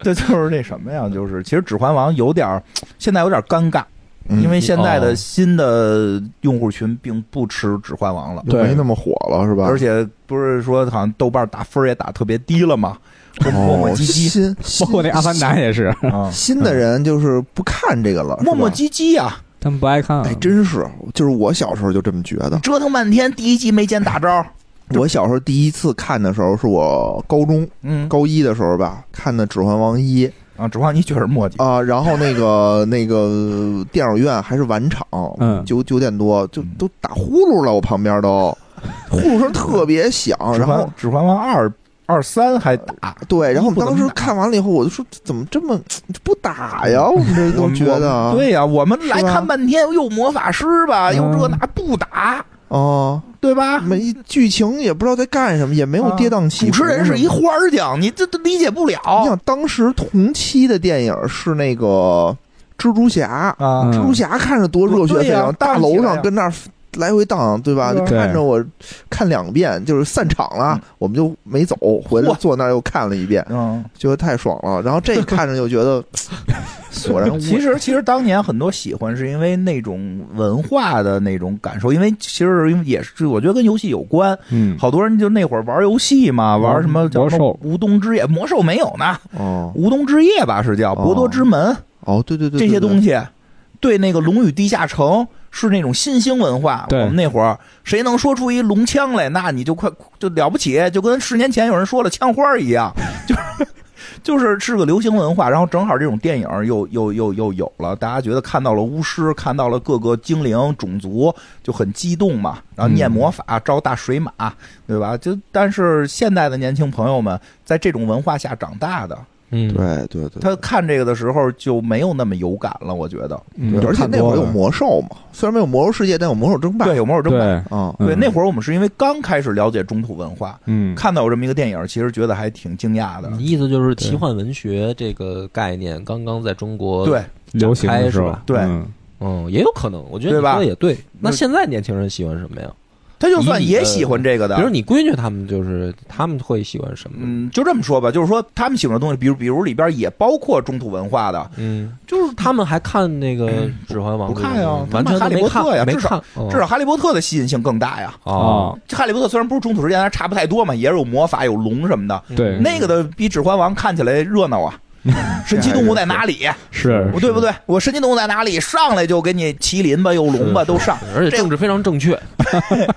Speaker 4: 这就是那什么呀？就是其实《指环王》有点儿现在有点尴尬，
Speaker 3: 嗯
Speaker 4: 因为现在
Speaker 2: 哦
Speaker 4: 的新的用户群并不吃《指环王》了，
Speaker 1: 对
Speaker 3: 没那么火了是吧？哦
Speaker 4: 而且不是说好像豆瓣打分儿也打特别低了嘛，就磨磨
Speaker 3: 哦，
Speaker 4: 唧唧 *laughs*
Speaker 3: 新
Speaker 1: 包括那《阿凡达》也是，
Speaker 4: 啊，
Speaker 3: 新的人就是不看这个了，是吧
Speaker 4: 磨磨。唧唧呀，
Speaker 1: *laughs* 他们不爱看啊。
Speaker 3: 哎，真是，就是我小时候就这么觉得。
Speaker 4: 折腾半天，第一集没见大招，
Speaker 3: 我小时候第一次看的时候是我高中
Speaker 4: 嗯，
Speaker 3: 高一的时候吧，看的《指环王一》
Speaker 4: 啊，《指环王》一确实磨叽，
Speaker 3: 啊、然后那个那个电影院还是晚场，
Speaker 1: 嗯
Speaker 3: 九九点多就
Speaker 4: 嗯
Speaker 3: 都打呼噜了，我旁边
Speaker 4: *laughs*
Speaker 3: 都呼噜声特别响，
Speaker 4: 《指
Speaker 3: 哦然
Speaker 4: 环
Speaker 3: 后
Speaker 4: 指环王二》二三还打，
Speaker 3: 对，然后我们当
Speaker 4: 不
Speaker 3: 时
Speaker 4: 能打
Speaker 3: 看完了以后，我就说怎么这么不打呀？我们这
Speaker 4: 我
Speaker 3: 都
Speaker 4: 们
Speaker 3: 觉得啊
Speaker 4: 我们对呀、我们
Speaker 3: 是
Speaker 4: 来
Speaker 3: 吧
Speaker 4: 看半天，又魔法师吧，又这
Speaker 1: 嗯
Speaker 4: 那不打，
Speaker 3: 哦，
Speaker 4: 对吧？
Speaker 3: 没剧情也不知道在干什么，也没有
Speaker 4: 啊
Speaker 3: 跌宕起
Speaker 4: 主
Speaker 3: 伏
Speaker 4: 持
Speaker 3: 什么的。
Speaker 4: 人是一花儿匠，你这都理解不了
Speaker 3: 嗯你想当时同期的电影是那个蜘蛛侠，
Speaker 4: 啊
Speaker 1: 嗯
Speaker 3: 蜘蛛侠看着多热血沸
Speaker 4: 对
Speaker 3: 腾
Speaker 4: 呀，
Speaker 3: 大
Speaker 4: 荡起
Speaker 3: 楼
Speaker 4: 来
Speaker 3: 上
Speaker 4: 呀
Speaker 3: 跟那儿来回荡，对吧？
Speaker 4: 对
Speaker 3: 就看着我看两遍，就是散场了
Speaker 4: 嗯，
Speaker 3: 我们就没走，回来
Speaker 4: 嚯
Speaker 3: 坐那儿又看了一遍，
Speaker 4: 嗯，
Speaker 3: 觉得太爽了。然后这看着就觉
Speaker 4: *laughs*
Speaker 3: 得索然无
Speaker 4: 其
Speaker 3: 味。
Speaker 4: 实其实当年很多喜欢是因为那种文化的那种感受，因为其实因为也是我觉得跟游戏有关，
Speaker 1: 嗯，
Speaker 4: 好多人就那会儿玩游戏嘛，玩
Speaker 3: 嗯
Speaker 4: 什么叫什么
Speaker 1: 魔兽
Speaker 4: 无冬之夜，魔兽没有呢，
Speaker 3: 哦
Speaker 4: 无冬之夜吧是叫
Speaker 3: 哦
Speaker 4: 博多之门，
Speaker 3: 哦，对对对，
Speaker 4: 这些东
Speaker 3: 西
Speaker 4: 西，对那个《龙与地下城》是那种新兴文化。
Speaker 1: 对
Speaker 4: 我们那会儿谁能说出一龙枪来，那你就快就了不起，就跟十年前有人说了枪花儿一样， *laughs* 就是就是是个流行文化。然后正好这种电影又又又又有了，大家觉得看到了巫师，看到了各个精灵种族，就很激动嘛。然后念魔法，招大水马，对吧？就但是现在的年轻朋友们在这种文化下长大的，
Speaker 2: 嗯，
Speaker 3: 对对对。
Speaker 4: 他看这个的时候就没有那么有感了，我觉得。
Speaker 1: 嗯
Speaker 3: 对
Speaker 1: 就
Speaker 3: 而且
Speaker 1: 看
Speaker 3: 那会
Speaker 1: 多
Speaker 3: 儿有
Speaker 1: 了
Speaker 3: 魔兽嘛，虽然没有魔兽世界，但有魔兽争霸。
Speaker 4: 对，有魔兽争霸。
Speaker 1: 对，
Speaker 3: 啊，
Speaker 4: 对，
Speaker 1: 嗯
Speaker 4: 那会儿我们是因为刚开始了解中土文化，
Speaker 1: 嗯，
Speaker 4: 看到有这么一个电影，其实觉得还挺惊讶的。
Speaker 2: 你意思就是
Speaker 1: 对
Speaker 2: 奇幻文学这个概念刚刚在中国，
Speaker 4: 对，
Speaker 1: 流行
Speaker 2: 展
Speaker 1: 的
Speaker 2: 开
Speaker 1: 时
Speaker 2: 是
Speaker 1: 候
Speaker 2: 吧，
Speaker 4: 对
Speaker 1: 嗯
Speaker 2: 嗯，也有可能，我觉得
Speaker 4: 对
Speaker 2: 你
Speaker 4: 吧
Speaker 2: 说的也对。那
Speaker 4: 就是
Speaker 2: 现在年轻人喜欢什么呀？
Speaker 4: 他就算
Speaker 2: 以你
Speaker 4: 也
Speaker 2: 的
Speaker 4: 喜欢这个的，
Speaker 2: 比如你闺女他们就是他们会喜欢什么？
Speaker 4: 嗯，就这么说吧，就是说他们喜欢的东西，比如比如里边也包括中土文化的，
Speaker 2: 嗯，就是他们还看那个《指环王》
Speaker 4: 不看
Speaker 2: 这个
Speaker 4: 呀
Speaker 2: 东西
Speaker 4: 他
Speaker 2: 完
Speaker 4: 们
Speaker 2: 全都
Speaker 4: 哈利
Speaker 2: 没
Speaker 4: 波特呀
Speaker 2: 看，没
Speaker 4: 至少
Speaker 2: 看，
Speaker 4: 至少哈利波特的吸引性更大呀。
Speaker 2: 哦，
Speaker 1: 啊，
Speaker 4: 这哈利波特虽然不是中土世界，但是差不太多嘛，也有魔法、有龙什么的。
Speaker 1: 对
Speaker 2: 嗯
Speaker 4: 那个的比《指环王》看起来热闹啊！神奇动物在哪里？
Speaker 1: 是啊
Speaker 4: 我对不对？我神奇动物在哪里？上来就给你麒麟吧，又龙吧，
Speaker 2: 是
Speaker 4: 都上。
Speaker 2: 而且
Speaker 4: 这
Speaker 2: 政治非常正确，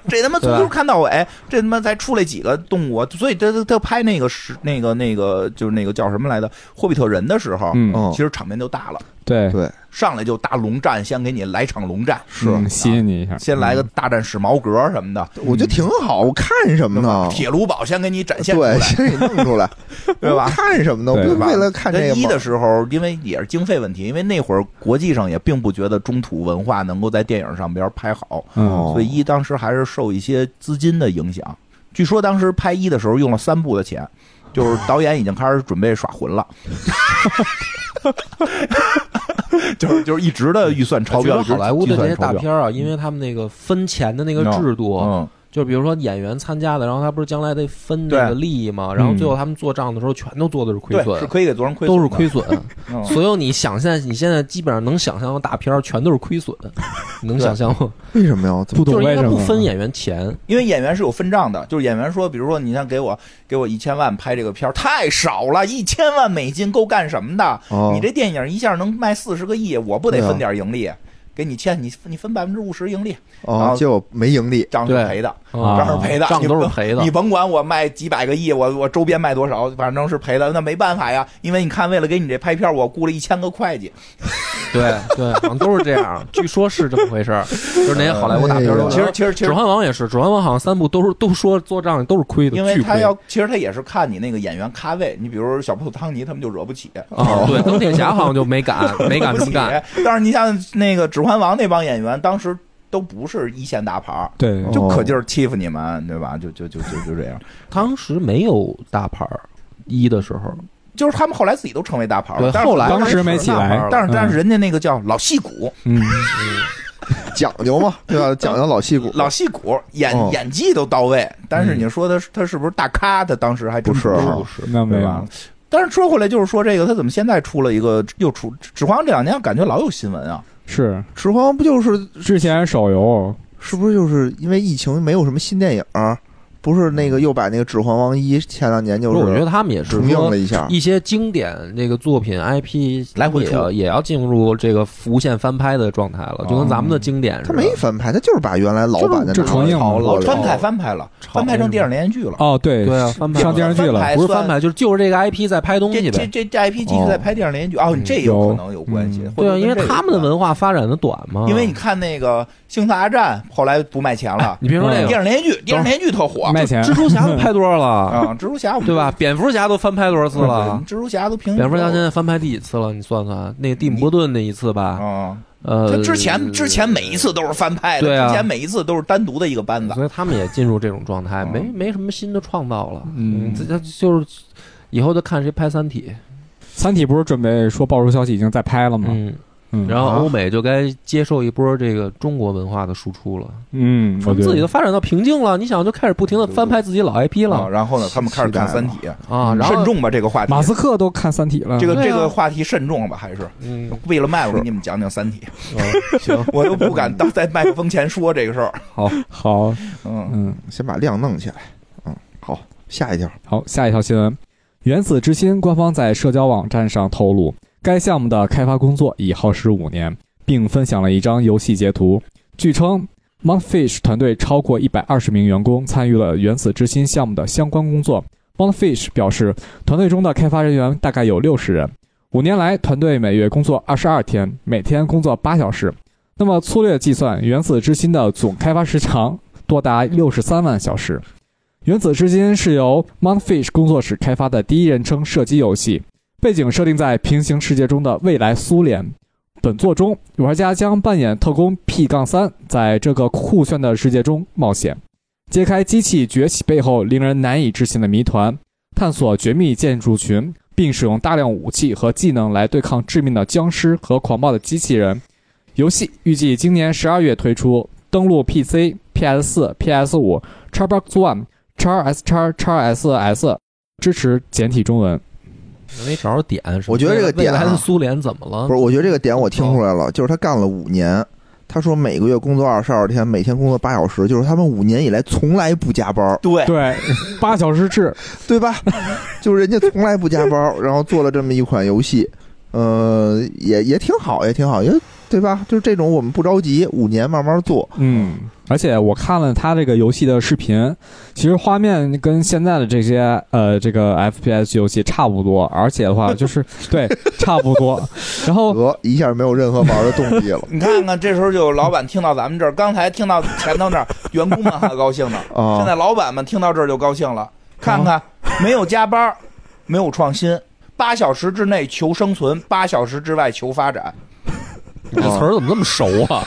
Speaker 4: 这他妈从
Speaker 2: 对吧
Speaker 4: 头看到尾，这他妈才出来几个动物啊，所以他他他拍那个是那个那个就是那个叫什么来的《霍比特人》的时候，
Speaker 1: 嗯，
Speaker 3: 嗯
Speaker 4: 其，实场面就大了，
Speaker 1: 对，
Speaker 3: 对，
Speaker 4: 上来就大龙战，先给你来场龙战，啊
Speaker 3: 是，
Speaker 1: 嗯吸引你一下，嗯
Speaker 4: 先来个大战史矛革什么的，
Speaker 3: 我觉得挺好，我看什么呢？
Speaker 4: 铁炉堡先给你展现出
Speaker 3: 哦对，
Speaker 4: 来。
Speaker 3: 先给弄出来，
Speaker 4: *laughs* 对吧
Speaker 3: 我看什么呢？我
Speaker 1: 对
Speaker 3: 不就为了看这
Speaker 4: 但
Speaker 3: 个
Speaker 4: 一
Speaker 3: 吗
Speaker 4: 的？时候，因为也是经费问题，因为那会儿国际上也并不觉得中土文化能够在电影上边拍好，
Speaker 1: 嗯
Speaker 3: 哦
Speaker 4: 所以一当时还是受一些资金的影响。据说当时拍一的时候用了三部的钱，就是导演已经开始准备耍混
Speaker 3: *laughs*
Speaker 4: 了，就是就是一直的预算超
Speaker 2: 我觉
Speaker 4: 标，
Speaker 2: 得好莱坞
Speaker 4: 一直
Speaker 2: 的这
Speaker 4: 计算
Speaker 2: 些
Speaker 4: 超
Speaker 2: 大
Speaker 4: 标
Speaker 2: 片儿啊，因为他们那个分钱的那个
Speaker 4: No，
Speaker 2: 制度，
Speaker 4: 嗯，
Speaker 2: 就比如说演员参加的，然后他不是将来得分那个
Speaker 4: 对
Speaker 2: 利益嘛，然后
Speaker 1: 嗯
Speaker 2: 最后他们做账的时候，全都做的是亏
Speaker 4: 对，是
Speaker 2: 损，
Speaker 4: 可以给做成亏损
Speaker 2: 都
Speaker 4: 的，
Speaker 2: 是亏损。
Speaker 4: 嗯。
Speaker 2: 所有你想象，你现在基本上能想象的大片儿，全都是亏损，
Speaker 4: *laughs*
Speaker 2: 你能
Speaker 4: 对
Speaker 2: 想象吗？
Speaker 3: 为什么呀？怎
Speaker 1: 不
Speaker 3: 么
Speaker 2: 就
Speaker 1: 懂
Speaker 2: 是
Speaker 1: 为
Speaker 2: 因为
Speaker 1: 什
Speaker 2: 他
Speaker 1: 么
Speaker 2: 不分演员钱，
Speaker 4: 因为演员是有分账的，就是演员说，比如说你像给我给我一千万拍这个片儿太少了，一千万美金够干什么的？
Speaker 3: 哦啊
Speaker 4: 你这电影一下能卖四十个亿，我不得分点盈利？给你欠你你分百分之五十盈利，然
Speaker 3: 哦
Speaker 4: 后，
Speaker 3: 结果没盈利，
Speaker 4: 账是
Speaker 2: 对
Speaker 4: 赔的，
Speaker 1: 啊
Speaker 4: 账是赔的，
Speaker 2: 账
Speaker 4: 你
Speaker 2: 都是
Speaker 4: 甭
Speaker 2: 赔的
Speaker 4: 你。甭管我卖几百个亿，我我周边卖多少，反正是赔的，那没办法呀。因为你看，为了给你这拍片儿，我雇了一千个会计，
Speaker 2: 对对，好像都是这样，据说是这么回事儿，就是那些好莱坞大片儿都
Speaker 3: 嗯
Speaker 2: 是这
Speaker 4: 其实
Speaker 2: 样。
Speaker 4: 其实其
Speaker 2: 指
Speaker 4: 实。
Speaker 2: 环王也是，指环王好像三部都是都说做账都是亏的，
Speaker 4: 因为
Speaker 2: 巨
Speaker 4: 他
Speaker 2: 亏
Speaker 4: 要，其实他也是看你那个演员咖位，你比如说小布汤尼他们就惹不起，
Speaker 2: 啊，对，钢铁侠好像就没敢，没敢这么干。
Speaker 4: 但是你像那个《指环王》那帮演员，当时都不是一线大牌儿，
Speaker 1: 对，
Speaker 4: 就
Speaker 3: 哦
Speaker 4: 可劲儿欺负你们，对吧？就就就就就这样，
Speaker 2: 当时没有大牌儿，一的时候，
Speaker 4: 就是他们后来自己都成为大牌儿
Speaker 2: 对
Speaker 4: 了，哦但是
Speaker 2: 后来
Speaker 1: 当时没
Speaker 2: 是
Speaker 1: 起
Speaker 2: 大牌儿
Speaker 1: 来
Speaker 2: 了，
Speaker 4: 但是但
Speaker 1: 嗯
Speaker 4: 是人家那个叫老戏骨，
Speaker 1: 嗯，
Speaker 3: 讲究
Speaker 4: *laughs*
Speaker 3: 嘛，对吧？讲究老戏骨，
Speaker 4: 老戏骨演
Speaker 3: 哦
Speaker 4: 演技都到位，但是你说他他是不是大咖？他当时还真
Speaker 3: 不是
Speaker 4: 不是，
Speaker 1: 嗯那没
Speaker 4: 对吧
Speaker 1: 有，？
Speaker 4: 但是说回来，就是说这个他怎么现在出了一个又出《指环王》这两年感觉老有新闻啊，
Speaker 1: 是
Speaker 3: 指环王不就是
Speaker 1: 之前手游
Speaker 3: 是不是就是因为疫情没有什么新电影儿，不是那个又把那个《指环王一》前两年就
Speaker 2: 不是我觉
Speaker 3: 是
Speaker 2: 得他们也是
Speaker 3: 重映
Speaker 2: 说
Speaker 3: 了一下，
Speaker 2: 一些经典这个作品 IP
Speaker 4: 来回
Speaker 2: 也
Speaker 4: 出
Speaker 2: 要也要进入这个无限翻拍的状态了，就跟
Speaker 4: 哦
Speaker 2: 咱们的经典似
Speaker 3: 他
Speaker 2: 的
Speaker 3: 没。翻拍，他就是把原来老版的
Speaker 1: 就是
Speaker 3: 拿过
Speaker 1: 重
Speaker 3: 来
Speaker 1: 映嘛
Speaker 3: 抄
Speaker 1: 老
Speaker 3: 了
Speaker 4: 翻拍翻拍了，
Speaker 2: 炒
Speaker 4: 翻拍成电影连续剧了。
Speaker 1: 哦，对
Speaker 2: 对啊，翻拍
Speaker 1: 上电视剧
Speaker 4: 翻
Speaker 1: 了
Speaker 4: 拍，
Speaker 2: 不是
Speaker 4: 算
Speaker 2: 翻拍，就是就是这个 IP 在拍东
Speaker 4: 这
Speaker 2: 西
Speaker 4: 这
Speaker 2: 呗。
Speaker 4: 这这 IP 继续在拍电影连续剧哦，
Speaker 2: 嗯
Speaker 4: 这有可能有关系
Speaker 1: 有嗯。
Speaker 4: 或
Speaker 2: 对
Speaker 4: 者
Speaker 2: 啊，
Speaker 4: 跟
Speaker 2: 因为
Speaker 4: 这个
Speaker 2: 他们的文化发展的短嘛。
Speaker 4: 有关，因为你看那个《星球大战》后来不卖钱了，嗯
Speaker 2: 你别说这
Speaker 4: 电
Speaker 2: 个，
Speaker 4: 影连续剧，电影连续剧特火
Speaker 1: 卖钱
Speaker 2: 蜘蛛侠都拍多少了，
Speaker 4: *laughs* 啊，蜘蛛侠我们嗯
Speaker 2: 对吧？？蝙蝠侠都翻拍多少次了
Speaker 4: 蜘？蛛侠都平
Speaker 2: 蝙蝠侠现在翻拍第几次了？你算算，那个蒂姆波顿那一次吧，
Speaker 4: 啊，
Speaker 2: 呃
Speaker 4: 他，之前之前每一次都是翻拍的，
Speaker 2: 对啊
Speaker 4: 之前每一次都是单独的一个班子。
Speaker 2: 嗯所以他们也进入这种状态，
Speaker 4: 嗯
Speaker 2: 没没什么新的创造了。
Speaker 1: *laughs* 嗯
Speaker 2: 这这就是以后就看谁拍《三体
Speaker 1: 三体》不是准备说爆出消息已经在拍了》。吗？
Speaker 2: 嗯，
Speaker 1: 嗯，
Speaker 2: 然后
Speaker 3: 啊
Speaker 2: 欧美就该接受一波这个中国文化的输出了。
Speaker 1: 嗯，
Speaker 4: 哦
Speaker 1: 我觉
Speaker 2: 自己
Speaker 1: 得
Speaker 2: 都发展到瓶颈了，你想就开始不停的翻拍自己老 IP
Speaker 4: 啊，
Speaker 2: 了
Speaker 4: 然后呢，他们开始
Speaker 3: 期待
Speaker 4: 看《三
Speaker 3: 了
Speaker 4: 体》，
Speaker 2: 啊，然
Speaker 4: 慎
Speaker 2: 后
Speaker 4: 重吧这个话题
Speaker 1: 马。斯克都看《三体》了，
Speaker 4: 这个
Speaker 2: 对啊
Speaker 4: 这个话题慎重吧，还是
Speaker 2: 嗯，
Speaker 4: 为了卖，我给你们讲讲《三体》，
Speaker 2: 哦行
Speaker 4: 我都不敢当在麦克风前说这个事儿。
Speaker 2: 好，
Speaker 1: 好，
Speaker 4: 嗯，
Speaker 1: 嗯，
Speaker 3: *laughs* 先把量弄起来。嗯，好，下一条。
Speaker 1: 好，下一条新闻，《原子之心》官方在社交网站上透露，该项目的开发工作已耗时五年，并分享了一张游戏截图。据称，Montfish 团队超过一百二十名员工参与了《原子之心》项目的相关工作。Montfish 表示，团队中的开发人员大概有六十人。五年来，团队每月工作二十二天，每天工作八小时。那么粗略计算，《原子之心》的总开发时长多达六十三万小时。《原子之心》是由 Montfish 工作室开发的第一人称射击游戏，背景设定在平行世界中的未来苏联。本作中，玩家将扮演特工 P 杠三，在这个酷炫的世界中冒险，揭开机器崛起背后令人难以置信的谜团，探索绝密建筑群，并使用大量武器和技能来对抗致命的僵尸和狂暴的机器人。游戏预计今年十二月推出，登陆 PC、 PS 四、PS 五、Xbox One、X S X、X SS 支持简体中文。
Speaker 2: 没找着点。
Speaker 3: 我觉得这个点啊
Speaker 2: 还是苏联怎么了
Speaker 3: 不？是，我觉得这个点我听出来了，就是他干了五年，他说每个月工作二十二天，每天工作八小时，就是他们五年以来从来不加班，
Speaker 4: 对，
Speaker 1: 对，八小时制，
Speaker 3: 对吧？ *laughs* 就是人家从来不加班，然后做了这么一款游戏，呃，也也挺好，也挺好，也对吧？就是这种我们不着急，五年慢慢做，
Speaker 1: 嗯，而且我看了他这个游戏的视频，其实画面跟现在的这些呃这个 FPS 游戏差不多，而且的 *laughs* 话就是对差不 *laughs* 多。然
Speaker 4: 哦
Speaker 1: 后
Speaker 3: 得一下没有任何玩的动
Speaker 4: *laughs*
Speaker 3: 力了
Speaker 4: 你看看，这时候就有老板听到咱们这儿，刚才听到前头那儿，员工们还高兴呢，
Speaker 2: *laughs* 哦
Speaker 3: 啊！
Speaker 4: 现在老板们听到这儿就高兴了。看看，没有加班，没有创新，八小时之内求生存，八小时之外求发展，
Speaker 2: 这词儿怎么那么熟
Speaker 3: *laughs*
Speaker 2: 啊？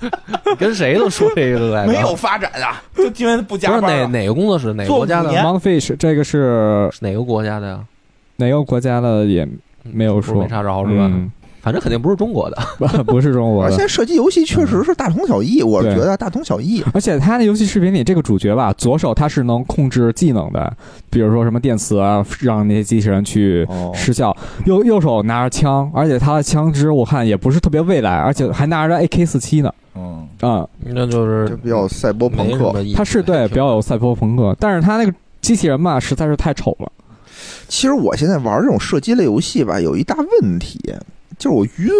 Speaker 2: 你跟谁都说这个来着？
Speaker 4: 没有发展啊，就因为不
Speaker 2: 哎不
Speaker 4: 加
Speaker 2: 是哪
Speaker 4: 班了。
Speaker 2: 哪个工作室，哪个
Speaker 4: 做
Speaker 2: 国家
Speaker 4: 五
Speaker 2: 的？
Speaker 1: 哎
Speaker 4: 年
Speaker 1: Monfish 这个是
Speaker 2: 是哪个国家的呀？
Speaker 1: 哪个国家的也没有
Speaker 2: 不是
Speaker 1: 说
Speaker 2: 没查着是吧？
Speaker 1: 嗯 *laughs*
Speaker 2: 反正肯定不是中国的。
Speaker 1: 不不是中国
Speaker 3: 而
Speaker 1: 的
Speaker 3: 现。在射击游戏确实是大同小异，我
Speaker 1: 对
Speaker 3: 觉得大同小异。
Speaker 1: 而且他的游戏视频里，这个主角吧，左手他是能控制技能的，比如说什么电磁啊，让那些机器人去
Speaker 3: 哦
Speaker 1: 失效。右右手拿着枪，而且他的枪支我看也不是特别未来，而且还拿着 AK 四七呢。
Speaker 4: 嗯，
Speaker 1: 啊、
Speaker 2: *laughs* 那就是
Speaker 3: 这比较赛博朋
Speaker 2: 没什
Speaker 3: 克，
Speaker 2: 么意思
Speaker 1: 他是对比较有赛博朋克，但是他那个机器人吧，实在是太丑了。
Speaker 3: 其实我现在玩这种射击类游戏吧，有一大问题，就是我晕，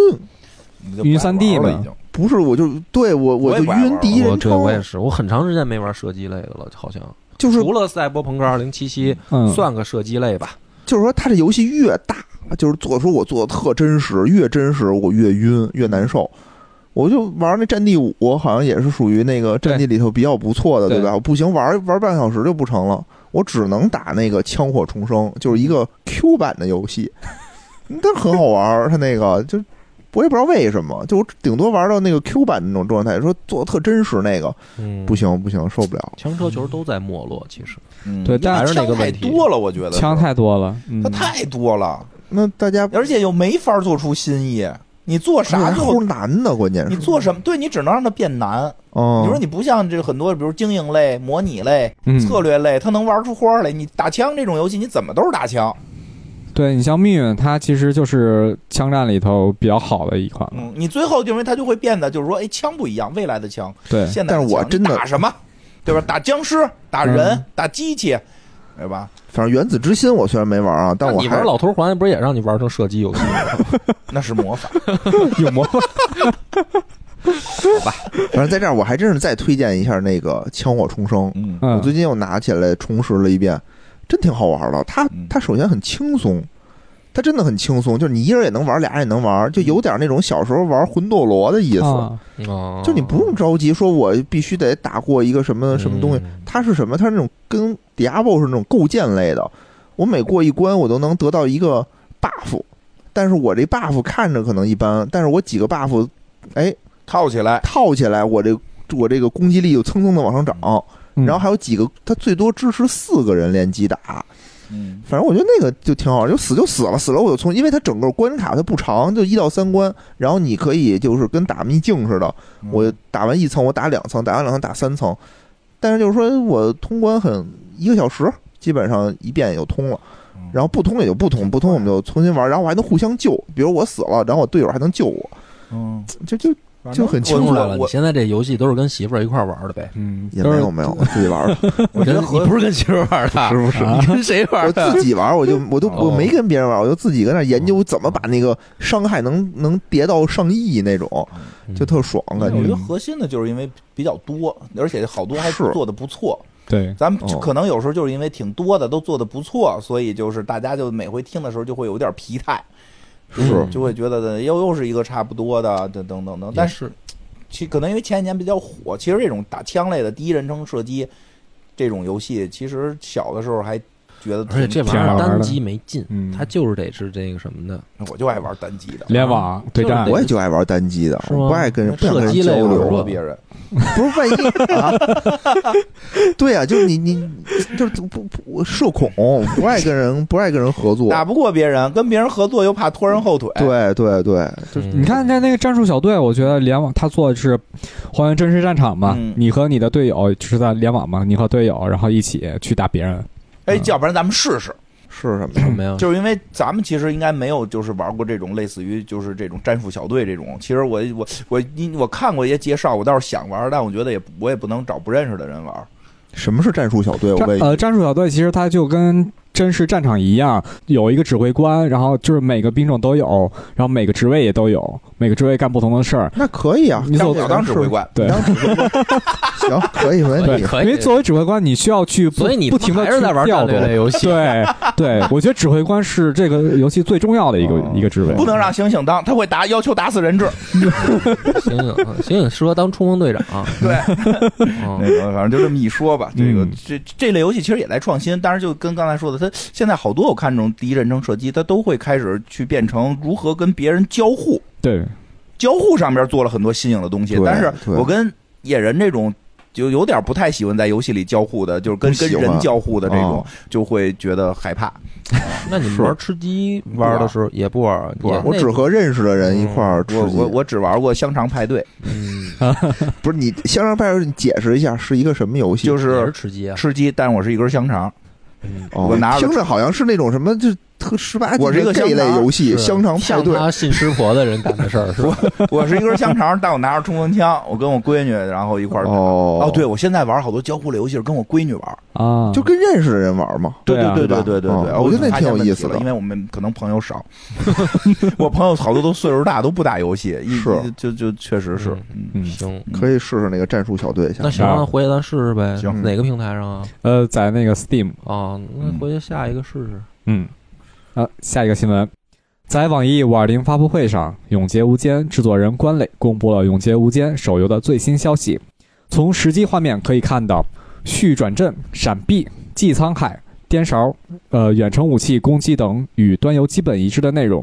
Speaker 4: 你就
Speaker 1: 晕
Speaker 4: 不爱玩
Speaker 1: 3D
Speaker 4: 了
Speaker 1: 嘛
Speaker 4: 已经。
Speaker 3: 不是我就对我
Speaker 4: 我
Speaker 3: 我
Speaker 4: 也
Speaker 3: 就
Speaker 4: 不爱玩
Speaker 3: 晕第一
Speaker 2: 我
Speaker 3: 人
Speaker 2: 对我也
Speaker 3: 称，
Speaker 2: 是，我很长时间没玩射击类的了，好像
Speaker 3: 就是
Speaker 2: 除了赛博朋克二零七七
Speaker 1: 嗯，
Speaker 2: 算个射击类吧。
Speaker 3: 就是说它这游戏越大，就是做出我做的特真实，越真实我越晕越难受。我就玩那《战地五》，好像也是属于那个
Speaker 1: 对
Speaker 3: 战地里头比较不错的，
Speaker 1: 对
Speaker 3: 对吧？我不行，玩玩半个小时就不成了，我只能打那个《枪火重生》，就是一个 Q 版的游戏，但是很好玩儿。它那个就我也不知道为什么，就我顶多玩到那个 Q 版那种状态，说做的特真实那个
Speaker 2: 嗯
Speaker 3: 不，行不行，受不了。
Speaker 2: 枪车球都在没落，其实
Speaker 4: 嗯
Speaker 1: 对
Speaker 4: 因为
Speaker 1: 但
Speaker 2: 还是那个
Speaker 4: 枪太
Speaker 2: 问题
Speaker 4: 多了，我觉得是
Speaker 1: 枪太多了，嗯
Speaker 4: 它，太多了，
Speaker 3: 那大家
Speaker 4: 而且又没法做出新意。你做啥
Speaker 3: 那还
Speaker 4: 就
Speaker 3: 齁难呢？关键
Speaker 4: 你
Speaker 3: 是，
Speaker 4: 做什么，对你只能让它变难。
Speaker 3: 嗯，
Speaker 4: 你说你不像这很多，比如经营类、模拟类、
Speaker 1: 嗯，
Speaker 4: 策略类，它能玩出花来。你打枪这种游戏，你怎么都是打枪。
Speaker 1: 对你像命运，它其实就是枪战里头比较好的一款了。
Speaker 4: 嗯，你最后因为它就会变得就是说，哎，枪不一样，未来的枪，
Speaker 1: 对，
Speaker 4: 现在的
Speaker 3: 但是我
Speaker 4: 枪
Speaker 3: 真
Speaker 4: 你
Speaker 3: 的
Speaker 4: 打什么，对吧？打僵尸、打人、
Speaker 1: 嗯
Speaker 4: 打机器，对吧？
Speaker 3: 反正原子之心我虽然没玩啊，但
Speaker 2: 那
Speaker 3: 我
Speaker 2: 你
Speaker 3: 还
Speaker 2: 玩老头环不是也让你玩成射击游戏吗？
Speaker 4: 那是魔法。
Speaker 1: *laughs* 有魔法。
Speaker 3: 反正在这儿我还真是再推荐一下那个《枪火重生》，
Speaker 4: 嗯
Speaker 1: 嗯
Speaker 3: 我最近又拿起来重拾了一遍，真挺好玩的。它
Speaker 4: 嗯
Speaker 3: 它首先很轻松，它真的很轻松，就是你一人也能玩，俩人也能玩，就有点那种小时候玩魂斗罗的意思。
Speaker 1: 啊，
Speaker 2: *laughs* 哦
Speaker 3: 就你不用着急，说我必须得打过一个什么什么东西，
Speaker 2: 嗯
Speaker 3: 它是什么？它是那种跟 Diablo 是那种构建类的，我每过一关我都能得到一个 buff，但是我这 buff 看着可能一般，但是我几个 buff，哎，
Speaker 4: 套起来，
Speaker 3: 套起来，我这我这个攻击力就蹭蹭的往上涨。
Speaker 1: 嗯
Speaker 3: 然后还有几个，它最多支持四个人联机打，
Speaker 4: 嗯，
Speaker 3: 反正我觉得那个就挺好玩，就死就死了，死了我就从，因为它整个关卡它不长，就一到三关，然后你可以就是跟打秘境似的，
Speaker 1: 嗯
Speaker 3: 我打完一层我打两层，打完两层打三层，但是就是说我通关很一个小时，基本上一遍也就通了。
Speaker 4: 嗯
Speaker 3: 然后不通也就不通，不通我们就重新玩，然后我还能互相救，比如我死了，然后我队友还能救我，
Speaker 4: 嗯，
Speaker 3: 就就就很
Speaker 2: 听
Speaker 3: 清
Speaker 2: 出
Speaker 3: 楚
Speaker 2: 来了，你
Speaker 4: 我
Speaker 2: 现在这游戏都是跟媳妇儿一块儿玩的呗？
Speaker 1: 嗯，
Speaker 3: 也
Speaker 1: 都
Speaker 3: 没
Speaker 1: 是
Speaker 3: 有没有我自己玩的。
Speaker 4: 我觉
Speaker 2: 跟你
Speaker 4: 得和
Speaker 2: 不是跟媳妇儿玩的，啊
Speaker 3: 是不是
Speaker 2: 你跟谁玩
Speaker 3: *laughs* 我
Speaker 2: 的？
Speaker 3: 自己玩儿，我就我都
Speaker 2: 哦
Speaker 3: 我没跟别人玩儿，我就自己搁那儿研究怎么把那个伤害能能叠到上亿那种，
Speaker 2: 嗯
Speaker 3: 就特爽感
Speaker 4: 我觉
Speaker 3: 觉。
Speaker 4: 得核心的就是因为比较多，而且好多还
Speaker 3: 是
Speaker 4: 做的不错。
Speaker 1: 对，
Speaker 4: 咱们
Speaker 3: 哦
Speaker 4: 可能有时候就是因为挺多的都做的不错，所以就是大家就每回听的时候就会有点疲态，
Speaker 3: 是
Speaker 4: 就会觉得的又又是一个差不多的，等等等等。但是
Speaker 2: 是
Speaker 4: 其可能因为前几年比较火，其实这种打枪类的第一人称射击这种游戏，其实小的时候还觉得
Speaker 2: 而且这玩
Speaker 1: 挺
Speaker 2: 意
Speaker 1: 好
Speaker 2: 儿
Speaker 1: 玩的
Speaker 2: 单机没劲，
Speaker 1: 嗯，
Speaker 2: 它就是得是这个什么的，
Speaker 4: 我就爱玩单机的，
Speaker 1: 联网对战
Speaker 2: 对
Speaker 3: 我也就爱玩单机的，
Speaker 2: 是吗
Speaker 3: 我不爱跟人不想跟
Speaker 2: 射
Speaker 3: 人
Speaker 2: 击类
Speaker 3: 交
Speaker 2: 我
Speaker 3: 流
Speaker 2: 是
Speaker 4: 说
Speaker 2: 说。
Speaker 4: 别人，
Speaker 3: 不是万一啊？对呀、就是你你就是不不我社恐，不爱跟人不爱跟人合作。
Speaker 4: 打不过别人，跟别人合作又怕拖人后腿，，
Speaker 3: 对对对，
Speaker 2: 就是
Speaker 1: 你看在那个战术小队，我觉得联网他做的是还原真实战场嘛，
Speaker 4: 嗯
Speaker 1: 你和你的队友就是在联网嘛，你和队友然后一起去打别人，
Speaker 4: 哎，要不然咱们试试，
Speaker 3: 是什么
Speaker 2: 什
Speaker 3: 呀？
Speaker 2: 么呀？
Speaker 4: 就是因为咱们其实应该没有就是玩过这种类似于就是这种战术小队这种，其实我我我因我看过一些介绍，我倒是想玩，但我觉得也不我也不能找不认识的人玩，
Speaker 3: 什么是战术小队？我
Speaker 1: 战
Speaker 3: 问你，
Speaker 1: 呃，战术小队其实它就跟真实战场一样，有一个指挥官，然后就是每个兵种都有，然后每个职位也都有，每个职位干不同的事儿。
Speaker 3: 那可以啊，
Speaker 1: 你
Speaker 4: 当
Speaker 1: 走
Speaker 4: 我当指挥官，
Speaker 1: 对
Speaker 3: 当指挥官 *laughs* 行，可以没问
Speaker 2: 对
Speaker 3: 题。
Speaker 2: 可
Speaker 1: 因
Speaker 2: 以
Speaker 1: 为作为指挥官，你需要去不
Speaker 2: 所以你
Speaker 1: 不停的
Speaker 2: 还是在玩
Speaker 1: 调
Speaker 2: 战
Speaker 1: 动
Speaker 2: 略。类游戏，
Speaker 1: 对 *laughs* 对，我觉得指挥官是这个游戏最重要的一个、
Speaker 3: 哦
Speaker 1: 一个职位。
Speaker 4: 不能让猩猩当，他会打要求打死人质，
Speaker 2: 醒醒啊醒醒，适合当冲锋队长。啊
Speaker 4: 对。
Speaker 2: 嗯，
Speaker 4: 那个反正就这么一说吧，这个
Speaker 1: 嗯
Speaker 4: 这这类游戏其实也在创新，当然就跟刚才说的，它现在好多我看这种第一人称射击，它都会开始去变成如何跟别人交互，
Speaker 1: 对，
Speaker 4: 交互上边做了很多新颖的东西。
Speaker 3: 对
Speaker 4: 但是
Speaker 3: 对
Speaker 4: 我跟野人这种就有点不太喜欢在游戏里交互的，就是跟
Speaker 3: 不
Speaker 4: 跟
Speaker 3: 喜欢
Speaker 4: 人交互的这种
Speaker 3: 哦，
Speaker 4: 就会觉得害怕。
Speaker 2: 那你们
Speaker 3: 是
Speaker 2: 玩吃鸡玩的时候也不玩啊，
Speaker 4: 不玩
Speaker 2: 也
Speaker 3: 我
Speaker 2: 那
Speaker 3: 只和认识的人一块儿吃鸡。
Speaker 4: 嗯我我我只玩过香肠派对，
Speaker 2: 嗯
Speaker 3: 不是你《香肠派对》，你解释一下是一个什么游戏？
Speaker 4: 就
Speaker 2: 也是
Speaker 4: 是
Speaker 2: 吃鸡啊。
Speaker 4: 吃鸡，但我是一根香肠。
Speaker 3: *laughs*
Speaker 2: 嗯
Speaker 3: 哦
Speaker 4: 我拿着
Speaker 3: 听着好像是那种什么，就特十八禁
Speaker 4: 我是一个
Speaker 3: 的这一类
Speaker 4: 香肠
Speaker 3: 游戏，
Speaker 2: 是
Speaker 3: 香肠派
Speaker 2: 像
Speaker 3: 对。哦
Speaker 2: 他信湿婆的人干的事儿是吧？
Speaker 4: 我是一根香肠，但我拿着冲锋枪，我跟我闺女然后一块儿打。
Speaker 3: *laughs* 哦
Speaker 4: 哦，对，，我现在玩好多交互类游戏是跟我闺女玩。
Speaker 1: 啊，
Speaker 3: 就跟认识的人玩嘛。
Speaker 1: 对
Speaker 4: 对
Speaker 1: 啊
Speaker 4: 对
Speaker 3: 对吧
Speaker 4: 对对对对，
Speaker 3: 嗯我觉得那挺有意思的
Speaker 4: 发现问题了因为我们可能朋友少， *laughs* 我朋友好多都岁数大，都不打游戏，一
Speaker 3: 是
Speaker 4: 就就确实是，嗯
Speaker 1: 嗯
Speaker 2: 行，
Speaker 3: 可以试试那个战术小队一下
Speaker 2: 那。行啊，回去咱试试呗。
Speaker 4: 行
Speaker 2: 哪个平台上啊？
Speaker 1: 呃，在那个 Steam，
Speaker 2: 啊，那
Speaker 3: 嗯
Speaker 2: 回去下一个试试。
Speaker 1: 嗯，啊，下一个新闻，在网易五二零发布会上，《永劫无间》制作人关磊公布了《永劫无间》手游的最新消息。从实际画面可以看到，续转阵、闪避、祭沧海、颠勺、呃远程武器攻击等与端游基本一致的内容。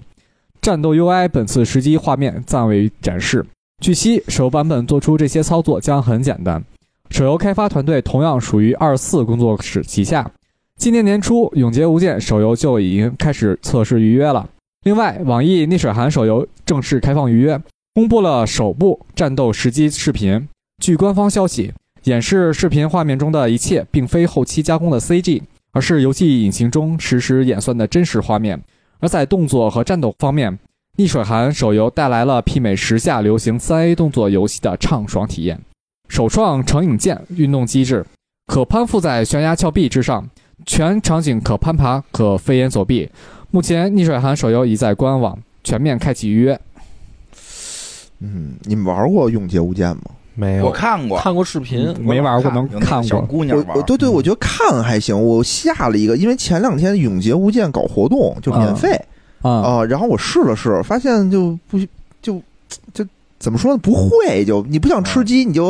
Speaker 1: 战斗 UI 本次实际画面暂未展示。据悉，手游版本做出这些操作将很简单。手游开发团队同样属于二四工作室旗下，今年年初，《永劫无间》手游就已经开始测试预约了。另外，网易逆水寒手游正式开放预约，公布了首部战斗实机视频。据官方消息，演示视频画面中的一切并非后期加工的 CG，而是游戏引擎中实时演算的真实画面。而在动作和战斗方面，逆水寒手游带来了媲美时下流行三 A 动作游戏的畅爽体验，首创成影剑运动机制，可攀附在悬崖峭壁之上。全场景可攀爬，可飞檐走壁。目前逆水寒手游已在官网全面开启预约。
Speaker 3: 嗯，你们玩过《永劫无间》吗？
Speaker 2: 没
Speaker 4: 我看过，
Speaker 2: 看过视频，
Speaker 1: 没玩过能
Speaker 4: 有那
Speaker 1: 看
Speaker 4: 个小
Speaker 1: 过
Speaker 4: 姑娘
Speaker 3: 我
Speaker 4: 玩
Speaker 3: 我
Speaker 4: 儿，
Speaker 3: 对对，
Speaker 1: 嗯
Speaker 3: 我觉得看还行。我下了一个，因为前两天《永劫无间》搞活动，就免费
Speaker 1: 啊、
Speaker 3: 啊、然后我试了试，发现就不就就怎么说呢？不会，就你不想吃鸡，你就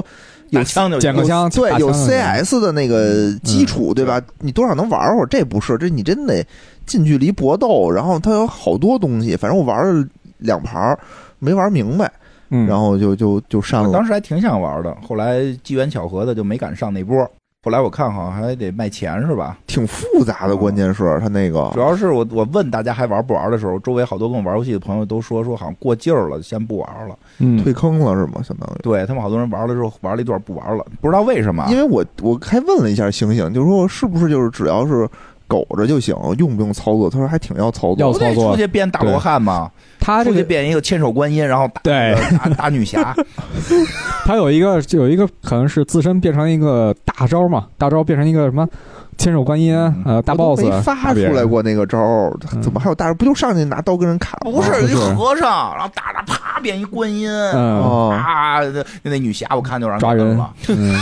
Speaker 3: 有
Speaker 4: 打枪就
Speaker 1: 捡
Speaker 4: 行
Speaker 1: 个。嗯枪，
Speaker 3: 对
Speaker 1: 打枪
Speaker 3: 有
Speaker 1: 什么的
Speaker 3: CS 的那个基础，对吧？你多少能玩会儿？这不是，这你真得近距离搏斗，然后它有好多东西。反正我玩了两盘儿没玩明白，
Speaker 1: 嗯，
Speaker 3: 然后就就就删
Speaker 4: 我
Speaker 3: 了。
Speaker 4: 当时还挺想玩的，后来机缘巧合的就没敢上那波。后来我看好像还得卖钱是吧？
Speaker 3: 挺复杂的，关键是它那个
Speaker 4: 主要是我我问大家还玩不玩的时候，周围好多跟我玩游戏的朋友都说说好像过劲儿了，先不玩了。
Speaker 1: 嗯
Speaker 3: 退坑了是吗？相当于。
Speaker 4: 对他们好多人玩了之后玩了一段不玩了，不知道为什么啊。
Speaker 3: 因为我我还问了一下星星，就是说是不是就是只要是苟着就行，用不用操作？他说还挺要操
Speaker 1: 要操
Speaker 3: 作
Speaker 4: 不
Speaker 1: 作
Speaker 4: 得出去变大罗汉吗？
Speaker 1: 他这
Speaker 4: 出去
Speaker 1: 个哎
Speaker 4: 变一个千手观音，然后打呃
Speaker 1: 对
Speaker 3: 呃
Speaker 4: 打打女侠，
Speaker 1: 他有一个有一个可能是自身变成一个大招嘛，大招变成一个什么千手观音
Speaker 4: 嗯
Speaker 1: 呃大
Speaker 3: 我都
Speaker 1: boss
Speaker 3: 没发
Speaker 1: 打别
Speaker 3: 出
Speaker 1: 人
Speaker 3: 来过那个招儿，
Speaker 1: 嗯
Speaker 3: 怎么还有大人？不就上去拿刀跟人砍吗？
Speaker 4: 不是
Speaker 1: 不
Speaker 4: 一
Speaker 1: 是
Speaker 4: 和尚，然后打打啪变一观音，
Speaker 1: 嗯
Speaker 3: 哦，
Speaker 4: 啊，那那女侠我看就让
Speaker 1: 抓人
Speaker 4: 瞪了，
Speaker 1: 嗯，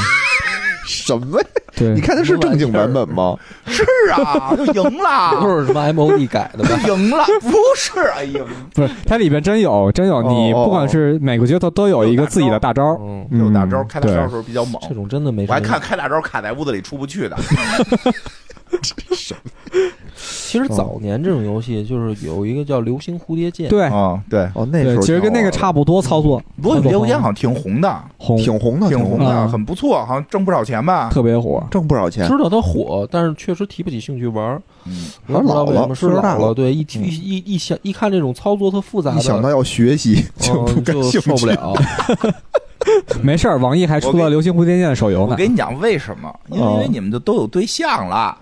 Speaker 3: 什么呀？ *laughs* 你
Speaker 1: 对，
Speaker 3: 看的是正经版本吗？
Speaker 4: 是
Speaker 3: *laughs*
Speaker 4: 啊，就
Speaker 3: 嗯
Speaker 4: 赢了，
Speaker 2: 都是什么 MOD 改的吧？
Speaker 4: 就赢了，不是，哎呀，
Speaker 1: 不是它里边真有真有，
Speaker 3: 哦
Speaker 1: 你
Speaker 3: 哦
Speaker 1: 不管是每个角色都有一个自己的大招，
Speaker 2: 嗯，
Speaker 4: 有大招
Speaker 1: 嗯
Speaker 4: 开大招的
Speaker 1: 对
Speaker 4: 时候比较猛，
Speaker 2: 这种真的没什么。
Speaker 3: *laughs*
Speaker 4: 我还看开大招卡在屋子里出不去的，
Speaker 2: 其实早年这种游
Speaker 3: 嗯
Speaker 2: 戏就是有一个叫《流星蝴蝶剑》，
Speaker 1: 对
Speaker 4: 啊，对，
Speaker 3: 哦，那时
Speaker 1: 对，
Speaker 3: 候
Speaker 1: 其实跟那个差不多操作，
Speaker 4: 不过有些游戏好像挺红的，
Speaker 1: 红
Speaker 3: 挺红的，
Speaker 4: 挺
Speaker 3: 红
Speaker 4: 红
Speaker 3: 的，
Speaker 1: 啊
Speaker 4: 的，很不错，好像挣不少钱吧？
Speaker 1: 特别火。
Speaker 3: 挣不少钱
Speaker 2: 知。道它火，但是确实提不起兴趣玩儿。
Speaker 4: 嗯，
Speaker 2: 我也不知道为什
Speaker 3: 老了
Speaker 2: 么是
Speaker 3: 岁数大
Speaker 2: 老
Speaker 3: 了
Speaker 2: 了，对，一一一一想一看这种操作特复杂
Speaker 3: 一
Speaker 2: 的，
Speaker 3: 想到要学习， *laughs* 就不
Speaker 2: 嗯
Speaker 3: 感兴
Speaker 2: 就
Speaker 3: 趣哦
Speaker 2: 受不。了。
Speaker 1: 没事儿，网易还出了《流星蝴蝶剑》手游
Speaker 4: 我
Speaker 1: 呢。
Speaker 4: 跟你讲为什么？因为
Speaker 3: 哦
Speaker 4: 因为你们就都有对象了，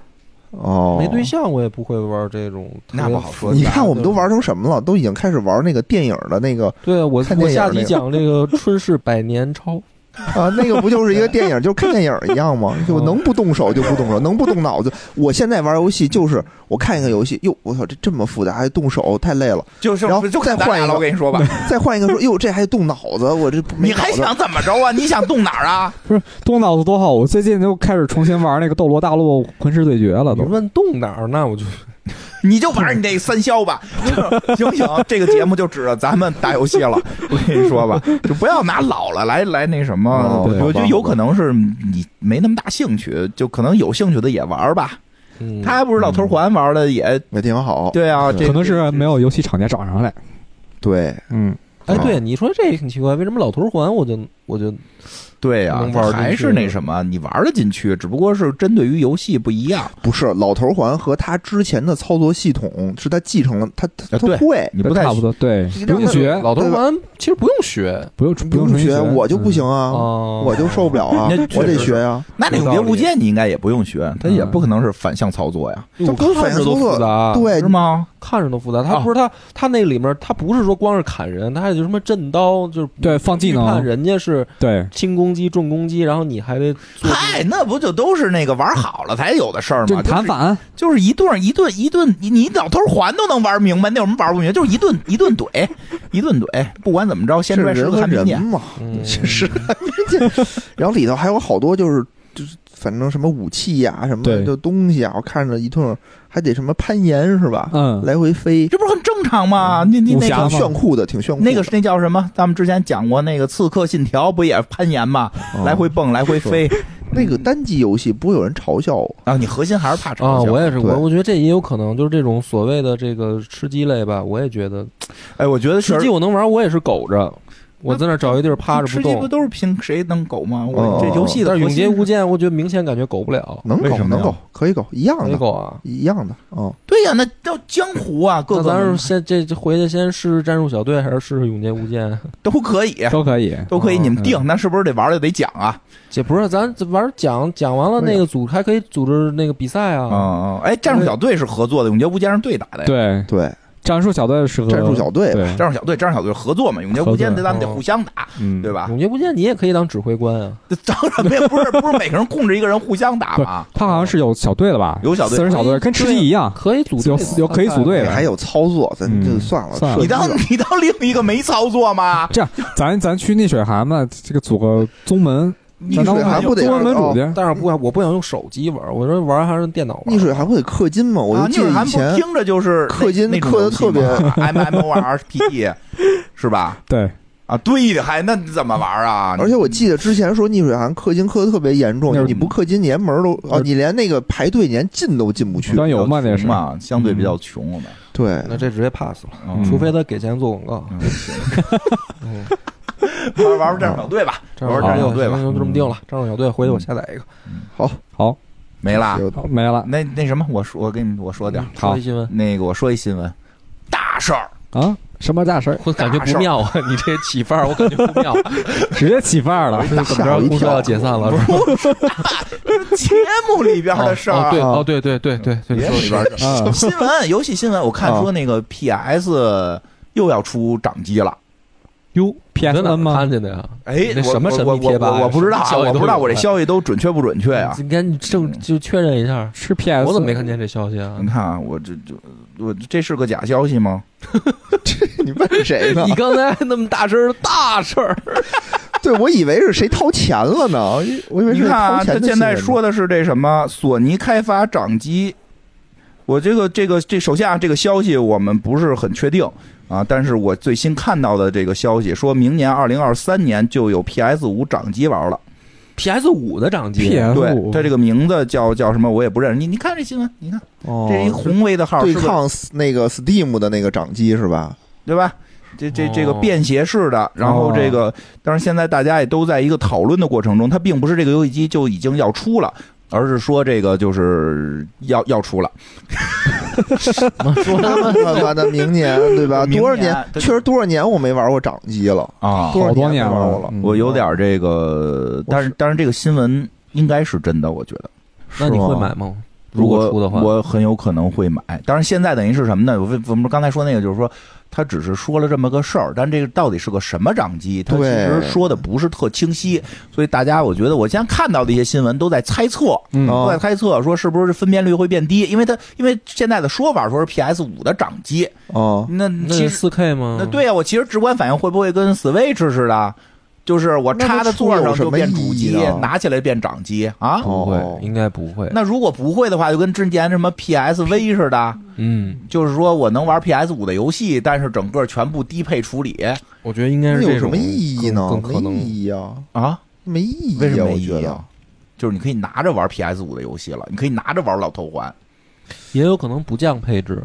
Speaker 3: 哦，
Speaker 2: 没对象，我也不会玩这种。
Speaker 4: 那
Speaker 2: 特别
Speaker 4: 不好
Speaker 2: 复
Speaker 4: 说
Speaker 2: 杂
Speaker 3: 你
Speaker 2: 的
Speaker 3: 看我们都玩成什么了？都已经开始玩那个电影的那个
Speaker 2: 对我
Speaker 3: 看
Speaker 2: 我
Speaker 3: 电影
Speaker 2: 下
Speaker 3: 那
Speaker 2: 集
Speaker 3: 个 *laughs*
Speaker 2: 讲这个春逝百年超，
Speaker 3: 啊，那个不就是一个电影，就是看电影一样吗？就能不动手就不动手，能不动脑子。我现在玩游戏就是我看一个游戏，哟，我操，这这么复杂还动手，太累了。
Speaker 4: 就是
Speaker 3: 然后
Speaker 4: 就
Speaker 3: 再
Speaker 4: 看咱
Speaker 3: 换一
Speaker 4: 俩
Speaker 3: 个
Speaker 4: 了，我跟你说吧，
Speaker 3: 再换一个说，哟，这还动脑子，我这没
Speaker 4: 你还
Speaker 3: 脑子
Speaker 4: 想怎么着啊？你想动哪儿啊？
Speaker 1: 动脑子多好！我最近就开始重新玩那个《斗罗大陆：魂师对决》了，
Speaker 2: 你
Speaker 1: 都
Speaker 2: 问动哪儿，那我就
Speaker 4: 你就玩你这三消吧， *laughs* 行行，这个节目就指着咱们打游戏了。我跟你说吧，就不要拿老了来来那什么
Speaker 2: 啊
Speaker 3: 哦，
Speaker 1: 对
Speaker 4: 我觉得有可能是你没那么大兴趣，就可能有兴趣的也玩吧。
Speaker 2: 嗯
Speaker 4: 他还不知道头环玩的也
Speaker 3: 也挺好。
Speaker 4: 对啊，
Speaker 2: 对
Speaker 4: 这
Speaker 1: 可能是没有游戏厂家找上来。
Speaker 3: 对，
Speaker 1: 嗯，
Speaker 2: 哎，对你说这也挺奇怪，为什么老头环我就我就
Speaker 4: 对啊
Speaker 2: 能玩，进去
Speaker 4: 还是那什么，你玩得进去，只不过是针对于游戏不一样，
Speaker 3: 不是老头环和他之前的操作系统是他继承了，他他
Speaker 4: 啊对
Speaker 3: 他会。
Speaker 4: 你不太
Speaker 1: 差不多，对，
Speaker 3: 你
Speaker 1: 不
Speaker 3: 让
Speaker 1: 用
Speaker 3: 他
Speaker 1: 学，
Speaker 2: 老头
Speaker 3: 对吧
Speaker 2: 环其实不用学
Speaker 1: 不用
Speaker 3: 不
Speaker 1: 用
Speaker 3: 用
Speaker 1: 重新
Speaker 3: 学，我就不行
Speaker 1: 嗯
Speaker 3: 啊，
Speaker 2: 哦，
Speaker 3: 我就受不了啊我
Speaker 4: 那，
Speaker 3: 得
Speaker 4: 确实
Speaker 3: 学呀。
Speaker 4: 那那
Speaker 2: 有道
Speaker 4: 永劫
Speaker 2: 理嗯
Speaker 4: 无间你应该也不用学，它也不可能是反向操作呀，
Speaker 2: 我哎看着都复杂，
Speaker 3: 对
Speaker 4: 是，吗？
Speaker 2: 看着都复杂。他
Speaker 4: 啊
Speaker 2: 不是他他那里面他不是说光是砍人，他还有什么震刀，就是
Speaker 1: 对放技
Speaker 2: 预判
Speaker 1: 能，
Speaker 2: 人家是
Speaker 1: 对，
Speaker 2: 轻攻击、重攻击，然后你还得做
Speaker 4: 嗨，那不就都是那个玩好了才有的事儿
Speaker 1: 就
Speaker 4: 吗？
Speaker 1: 弹反，
Speaker 4: 就是一顿一顿一顿，你你老头环都能玩明白，那有什么玩不明白？就是一顿一顿怼，一顿怼，不管怎么着，先
Speaker 3: 是
Speaker 4: 出来十
Speaker 3: 人
Speaker 4: 个
Speaker 3: 和
Speaker 4: 寒冰
Speaker 3: 人
Speaker 4: 剑。
Speaker 3: 嘛，
Speaker 2: 嗯
Speaker 3: 是然后里头还有好多就是就是反正什么武器呀、什么
Speaker 1: 对
Speaker 3: 的东西啊，我看着一通还得什么攀岩是吧？
Speaker 1: 嗯，
Speaker 3: 来回飞，
Speaker 4: 这不是很正常吗？
Speaker 2: 嗯
Speaker 4: 那那
Speaker 1: 武
Speaker 4: 那
Speaker 1: 侠
Speaker 3: 挺
Speaker 1: 嘛
Speaker 4: 个
Speaker 3: 炫酷的，挺炫酷的。
Speaker 4: 那个是那叫什么？咱们之前讲过那个《刺客信条》，不也攀岩吗？
Speaker 2: 哦
Speaker 3: 嗯
Speaker 4: 来回蹦，来回飞。
Speaker 3: 那个单机游戏不会有人嘲笑我，
Speaker 4: 啊，你核心还是怕
Speaker 2: 啊，
Speaker 4: 嘲笑。
Speaker 2: 我也是，
Speaker 3: 对
Speaker 2: 我我觉得这也有可能，就是这种所谓的这个吃鸡类吧，我也觉得
Speaker 4: 哎，我觉得
Speaker 2: 吃鸡我能玩，我也是苟着，我在那儿找一地儿趴着
Speaker 4: 吃鸡
Speaker 2: 动
Speaker 4: 不。都是拼谁能苟吗？我
Speaker 3: 哦
Speaker 4: 这游戏
Speaker 2: 但
Speaker 4: 的
Speaker 2: 是永
Speaker 4: 核
Speaker 2: 劫
Speaker 4: 心
Speaker 2: 无间，我觉得明显感觉苟不了，
Speaker 3: 能
Speaker 4: 为
Speaker 3: 搞
Speaker 4: 什么
Speaker 3: 能
Speaker 4: 呀
Speaker 3: 搞，可以搞一样
Speaker 2: 没
Speaker 3: 的，
Speaker 2: 苟啊。
Speaker 3: 一样的啊。
Speaker 4: 对呀，那叫江湖啊，各
Speaker 2: 那
Speaker 4: 个
Speaker 2: 咱是
Speaker 4: 门
Speaker 2: 先这这回去先试试战术小队，还是试试永劫无间？ *laughs*
Speaker 4: 都可以，
Speaker 1: 都可以。
Speaker 4: 都可以。
Speaker 2: 哦
Speaker 4: 你们定，那是不是得玩的得讲啊？
Speaker 2: 这不是咱这玩儿讲讲完了
Speaker 3: 对呀
Speaker 2: 那个组还可以组织那个比赛啊。
Speaker 4: 哦，哎，战术小队是合作的，永劫无间是对打的呀。
Speaker 1: 对，
Speaker 3: 对，
Speaker 4: 呃
Speaker 1: 战术小队适合
Speaker 3: 战术小队，
Speaker 1: 对，
Speaker 4: 战术小队，战术小队合作嘛，永劫无间，
Speaker 1: 合作
Speaker 4: 咱们得
Speaker 2: 哦
Speaker 4: 互相打，
Speaker 1: 嗯，
Speaker 4: 对吧？ *laughs*
Speaker 2: 永劫无间你也可以当指挥官啊，
Speaker 4: 当然没有，不是不是每个人控制一个人互相打嘛。
Speaker 1: 他好像是有小队的吧？
Speaker 4: 有小队
Speaker 1: 私人小队，跟吃鸡一样，
Speaker 2: 可以组队
Speaker 1: 有
Speaker 2: 嘛
Speaker 1: 有可以组队
Speaker 3: 哎
Speaker 1: 的。
Speaker 3: 还有操作，咱
Speaker 1: 嗯
Speaker 3: 就算了，
Speaker 1: 算了
Speaker 3: 射
Speaker 4: 你
Speaker 3: 击吧
Speaker 4: 当你当另一个没操作吗？
Speaker 1: 这样，咱咱去逆水寒吧，这个组个宗门，
Speaker 3: 逆
Speaker 1: 咱当
Speaker 3: 水寒不得
Speaker 4: 啊
Speaker 1: 宗门门主
Speaker 3: 哦
Speaker 1: 去。
Speaker 2: 但是不，我不想用手机玩，我说玩还是电脑玩。
Speaker 3: 逆水寒不得氪金吗？我就，
Speaker 4: 啊那
Speaker 3: 记得
Speaker 4: 会儿还
Speaker 3: 以
Speaker 4: 不
Speaker 3: 前
Speaker 4: 听着就是
Speaker 3: 氪金
Speaker 4: 那那种
Speaker 3: 氪得
Speaker 4: 游戏
Speaker 3: 特别
Speaker 4: 嘛 M M O R P G 是吧？
Speaker 1: 对，
Speaker 4: 啊，对的，还那你怎么玩啊？
Speaker 3: 而且我记得之前说逆水寒氪金氪的特别严重
Speaker 1: 那，是
Speaker 3: 你不氪金你连门儿都啊，你连那个排队你连进都进不去。
Speaker 1: 端游嘛，那
Speaker 4: 穷
Speaker 1: 是。
Speaker 4: 嘛，相对比较穷我们，
Speaker 3: 对，
Speaker 2: 那这直接 pass 了，
Speaker 4: 嗯
Speaker 2: 除非他给钱做广告。
Speaker 4: 嗯
Speaker 2: *laughs* 嗯，
Speaker 4: 玩玩战术小队吧，
Speaker 2: 战
Speaker 4: 玩
Speaker 2: 术
Speaker 4: 战术
Speaker 2: 小
Speaker 4: 小队
Speaker 2: 队
Speaker 4: 吧，
Speaker 2: 就这么定了。战术小队回去我下载一个。
Speaker 3: 好，
Speaker 4: 没啦。
Speaker 3: 有
Speaker 1: 好，没了
Speaker 4: 那那什么，我说我跟你我说点儿，
Speaker 1: 好
Speaker 2: 说一新闻，
Speaker 4: 那个我说一新闻，大事儿。
Speaker 1: 啊！什么大事儿？
Speaker 2: *laughs* 我感觉不妙啊！你这起范儿，我感觉不妙。
Speaker 1: *laughs* 直接起范儿了。
Speaker 2: 怎么
Speaker 3: 吓我
Speaker 2: 着？
Speaker 3: 一
Speaker 2: 公司
Speaker 3: 跳
Speaker 2: 要解散了？是吧
Speaker 4: 节目里边的事儿、
Speaker 2: 哦
Speaker 4: 啊
Speaker 2: 对，
Speaker 3: 啊
Speaker 2: 哦，对对对对对，
Speaker 4: 节目里边的事
Speaker 1: 啊
Speaker 4: 儿。新闻，游戏新闻，我看说那个 PS 又要出掌机了。
Speaker 1: 哟，PS
Speaker 2: 真
Speaker 1: N
Speaker 2: 的
Speaker 1: 吗
Speaker 2: 看？见的呀？
Speaker 4: 哎
Speaker 2: 那什么神
Speaker 4: 我
Speaker 2: 秘贴吧
Speaker 4: 我我我不知道啊，
Speaker 2: 消息都
Speaker 4: 我不知道我这
Speaker 2: 有
Speaker 4: 消息都准确不准确
Speaker 3: 啊
Speaker 4: 呀、
Speaker 2: 你赶紧正就确认一下。
Speaker 1: 是 PS，
Speaker 2: 我怎么没看见这消息啊
Speaker 4: 你？看啊，我这这我这是个假消息吗？
Speaker 3: *laughs* 你问谁呢
Speaker 2: 你？刚才那么大声儿，大事儿，
Speaker 3: 对我以为是谁掏钱了呢，我以为
Speaker 4: 你
Speaker 3: 是谁
Speaker 4: 看啊，
Speaker 3: 掏钱
Speaker 4: 他
Speaker 3: 的
Speaker 4: 现在
Speaker 3: 新闻呢
Speaker 4: 说的是这什么？索尼开发掌机。我这个这个这手下这个消息我们不是很确定啊，但是我最新看到的这个消息，说明年二零二三年就有 PS 五掌机玩了。
Speaker 2: PS 五的掌机
Speaker 1: PS
Speaker 4: 对
Speaker 1: 五，
Speaker 4: 它这个名字叫叫什么我也不认识。你你看这新闻，你看
Speaker 3: 哦
Speaker 4: 这是一宏威的号，
Speaker 3: 对
Speaker 4: 是个
Speaker 3: 抗那个 Steam 的那个掌机是吧？
Speaker 4: 对吧？这这这个
Speaker 2: 哦
Speaker 4: 便携式的，然后这个，当然现在大家也都在一个讨论的过程中，它并不是这个游戏机就已经要出了，而是说这个就是要要出了，
Speaker 2: 说他妈
Speaker 3: 他 *laughs* 妈的，明年对吧？
Speaker 4: 明年
Speaker 3: 多少年？
Speaker 4: 对
Speaker 3: 确实多少年我没玩过掌机了，
Speaker 4: 啊
Speaker 1: 好多
Speaker 3: 年
Speaker 1: 年
Speaker 3: 没玩过
Speaker 1: 了
Speaker 3: 了。，
Speaker 1: 嗯
Speaker 4: 我有点这个，但是但是这个新闻应该是真的，我觉得。
Speaker 2: 那你
Speaker 3: 是吗
Speaker 2: 会买吗？如果出的话，
Speaker 4: 我我很有可能会买。当然，现在等于是什么呢？我为我们刚才说那个，就是说他只是说了这么个事儿，但这个到底是个什么掌机，他其
Speaker 3: 对
Speaker 4: 实说的不是特清晰。
Speaker 3: 嗯
Speaker 4: 所以大家，我觉得我现在看到的一些新闻都在猜测，
Speaker 1: 嗯
Speaker 3: 哦
Speaker 4: 都在猜测说是不是分辨率会变低，因为它因为现在的说法说是 PS 五的掌机，
Speaker 3: 哦，
Speaker 4: 那其
Speaker 2: 那
Speaker 4: 实
Speaker 2: 四 K 吗？
Speaker 4: 那
Speaker 3: 嗯
Speaker 4: 对呀、我其实直观反应会不会跟 Switch 似的？就是我
Speaker 3: 那
Speaker 4: 插
Speaker 3: 它
Speaker 4: 在座
Speaker 3: 出有
Speaker 4: 上
Speaker 3: 什
Speaker 4: 就
Speaker 3: 么
Speaker 4: 变主
Speaker 3: 意义
Speaker 4: 机
Speaker 3: 啊，
Speaker 4: 拿起来变掌机啊？
Speaker 2: 不
Speaker 3: 哦
Speaker 2: 会，应该不会。
Speaker 4: 那如果不会的话，就跟之前什么 PSV 似的，
Speaker 2: 嗯，
Speaker 4: 就是说我能玩 PS 五的游戏，但是整个全部低配处理
Speaker 2: 我觉得应该
Speaker 3: 那
Speaker 2: 是
Speaker 3: 有
Speaker 2: 这
Speaker 3: 什
Speaker 2: 种
Speaker 3: 么意义呢
Speaker 2: 更？更可
Speaker 3: 没
Speaker 2: 能。
Speaker 3: 意义啊，
Speaker 4: 啊？
Speaker 3: 没意义啊。
Speaker 4: 为什么没
Speaker 3: 我
Speaker 4: 意
Speaker 3: 觉
Speaker 4: 义
Speaker 3: 得
Speaker 4: 啊？就是你可以拿着玩 PS 五的游戏了，你可以拿着玩老头环
Speaker 2: 也有可能不降配置，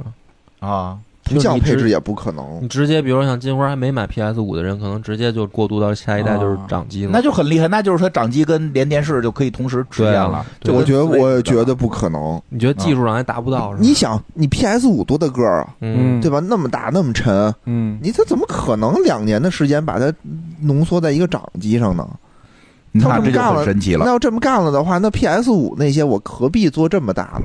Speaker 4: 啊。
Speaker 2: 就
Speaker 3: 不
Speaker 2: 是
Speaker 3: 降
Speaker 2: 你
Speaker 3: 配
Speaker 2: 直
Speaker 3: 置也不可能
Speaker 2: 你。直接比如像金花还没买 PS 五的人，可能直接就过渡到下一代就是
Speaker 4: 啊
Speaker 2: 掌机了。
Speaker 4: 那就很厉害，那就是它掌机跟连电视就可以同时实
Speaker 2: 对
Speaker 4: 现
Speaker 2: 啊
Speaker 4: 了。
Speaker 2: 对啊
Speaker 4: 就
Speaker 3: 我
Speaker 4: 跟
Speaker 3: 觉得，
Speaker 4: Switch
Speaker 3: 我
Speaker 4: 似的
Speaker 3: 觉得不可能。
Speaker 2: 你觉得技术上还达不到是吧？
Speaker 3: 你想，你 PS 五多大个儿啊，
Speaker 2: 嗯，
Speaker 3: 对吧？那么大，那么沉，
Speaker 1: 嗯，
Speaker 3: 你这怎么可能两年的时间把它浓缩在一个掌机上呢？
Speaker 4: 你
Speaker 3: 他
Speaker 4: 看
Speaker 3: 这么
Speaker 4: 这就
Speaker 3: 干
Speaker 4: 很
Speaker 3: 了
Speaker 4: 神奇
Speaker 3: 那
Speaker 4: 了。
Speaker 3: 要这么干了的话，那 PS 五那些我何必做这么大了？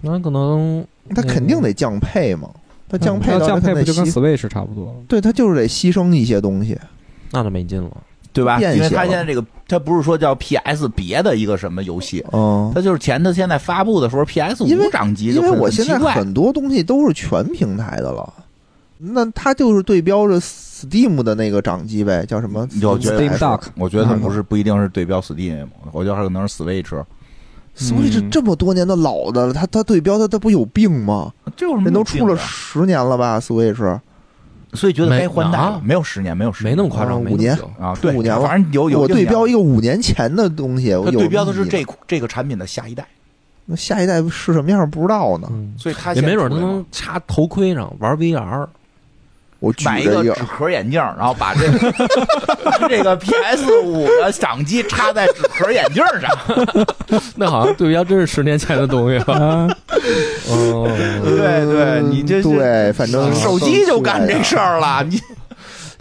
Speaker 2: 那可能
Speaker 3: 它肯定得降配嘛，它降配
Speaker 1: 要
Speaker 3: 的话
Speaker 1: 嗯降配
Speaker 3: 它
Speaker 1: 不
Speaker 3: 得
Speaker 1: 就跟
Speaker 3: 牺
Speaker 1: Switch 差不多了？
Speaker 3: 对，它就是得牺牲一些东西。
Speaker 2: 那就没劲了。
Speaker 4: 对吧？
Speaker 3: 变
Speaker 4: 因为
Speaker 3: 形
Speaker 4: 它
Speaker 3: 了
Speaker 4: 现在这个，它不是说叫 PS 别的一个什么游戏，
Speaker 3: 嗯，
Speaker 4: 它就是前头现在发布的时候 PS
Speaker 3: 因为
Speaker 4: 五掌机就
Speaker 3: 因为
Speaker 4: 很
Speaker 3: 我
Speaker 4: 很
Speaker 3: 现
Speaker 4: 奇
Speaker 3: 在
Speaker 4: 怪
Speaker 3: 很多东西都是全平台的了，那它就是对标着 Steam 的那个掌机呗，叫什么
Speaker 4: 嗯有觉得
Speaker 1: Steam
Speaker 4: 还是
Speaker 1: Deck
Speaker 4: 我觉得他
Speaker 3: 嗯
Speaker 4: 不是不一定是对标 Steam，我觉得还可能是 Switch。
Speaker 3: Switch
Speaker 1: 嗯
Speaker 3: 这么多年的老的了，它它对标它它不有病吗？
Speaker 4: 这有什么
Speaker 3: 人
Speaker 4: 有
Speaker 3: 都
Speaker 4: 病啊
Speaker 3: 出了
Speaker 4: 的
Speaker 3: 十年了吧？Switch
Speaker 4: 所以觉得
Speaker 2: 没
Speaker 4: 该换代了
Speaker 2: 啊，
Speaker 4: 没有十年，没有十
Speaker 2: 没那么夸
Speaker 3: 啊
Speaker 2: 张，没
Speaker 3: 五
Speaker 2: 那
Speaker 3: 年
Speaker 2: 么久
Speaker 4: 啊，对，
Speaker 3: 五年了
Speaker 4: 反正有有
Speaker 3: 我对标一
Speaker 4: 一
Speaker 3: 个五年前的东西，
Speaker 4: 它
Speaker 3: 我有
Speaker 4: 对标的
Speaker 3: 意义
Speaker 4: 是
Speaker 3: 吗
Speaker 4: 这这个产品的下一代，
Speaker 3: 那下一代是什么样不知道呢？
Speaker 2: 嗯，
Speaker 4: 所以它
Speaker 2: 也没准
Speaker 4: 它
Speaker 2: 他能插头盔上玩 VR。
Speaker 3: 我举
Speaker 4: 买一
Speaker 3: 着
Speaker 4: 个
Speaker 3: 一
Speaker 4: 纸壳眼镜，然后把这个 *laughs* 这个 PS 五的掌机插在纸壳眼镜上，
Speaker 2: *laughs* 那好像对标真是十年前的东西 *laughs* 了。
Speaker 1: 啊，
Speaker 2: 哦，
Speaker 4: 对对你这是
Speaker 3: 嗯对，反正
Speaker 4: 手机就干这事儿
Speaker 3: 嗯
Speaker 4: 了，你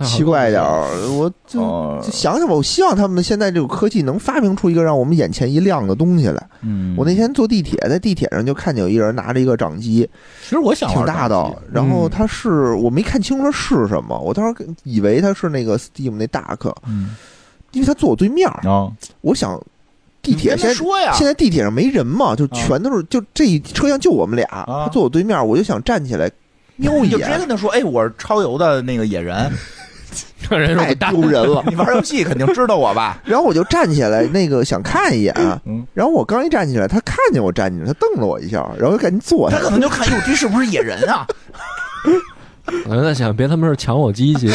Speaker 3: 奇怪点儿，
Speaker 4: 哦
Speaker 3: 我就就想想吧，我希望他们现在这个科技能发明出一个让我们眼前一亮的东西来。
Speaker 4: 嗯
Speaker 3: 我那天坐地铁，在地铁上就看见有一人拿着一个掌机，
Speaker 4: 其实我想玩
Speaker 3: 挺大
Speaker 4: 掌机
Speaker 3: 的，然后他是我没看清楚它是什么，我当时以为它是那个 Steam 那 Duck，
Speaker 4: 嗯，
Speaker 3: 因为他坐我对面儿，
Speaker 4: 啊，
Speaker 3: 我想地铁
Speaker 4: 你嗯跟
Speaker 3: 现在
Speaker 4: 他说呀，嗯
Speaker 3: 现在地铁上没人嘛，就全都是、就这一车厢就我们俩，
Speaker 4: 啊
Speaker 3: 他坐我对面，我就想站起来瞄
Speaker 4: 你
Speaker 3: 一
Speaker 4: 就直接
Speaker 3: 眼，
Speaker 4: 跟他说，哎，我是超游的那个野人，
Speaker 2: 这人
Speaker 3: 太
Speaker 4: 哎
Speaker 2: 是大
Speaker 3: 丢人了。
Speaker 4: 你玩游戏肯定知道我 *laughs* 吧？
Speaker 3: 然后我就站起来，那个想看一眼，
Speaker 4: 嗯
Speaker 3: 然后我刚一站起来，他看见我站起来，他瞪了我一下，然后就赶紧坐下
Speaker 4: 他。可能就看，哟，这是不是野人啊？
Speaker 2: 我就在想，别他妈是抢我机器，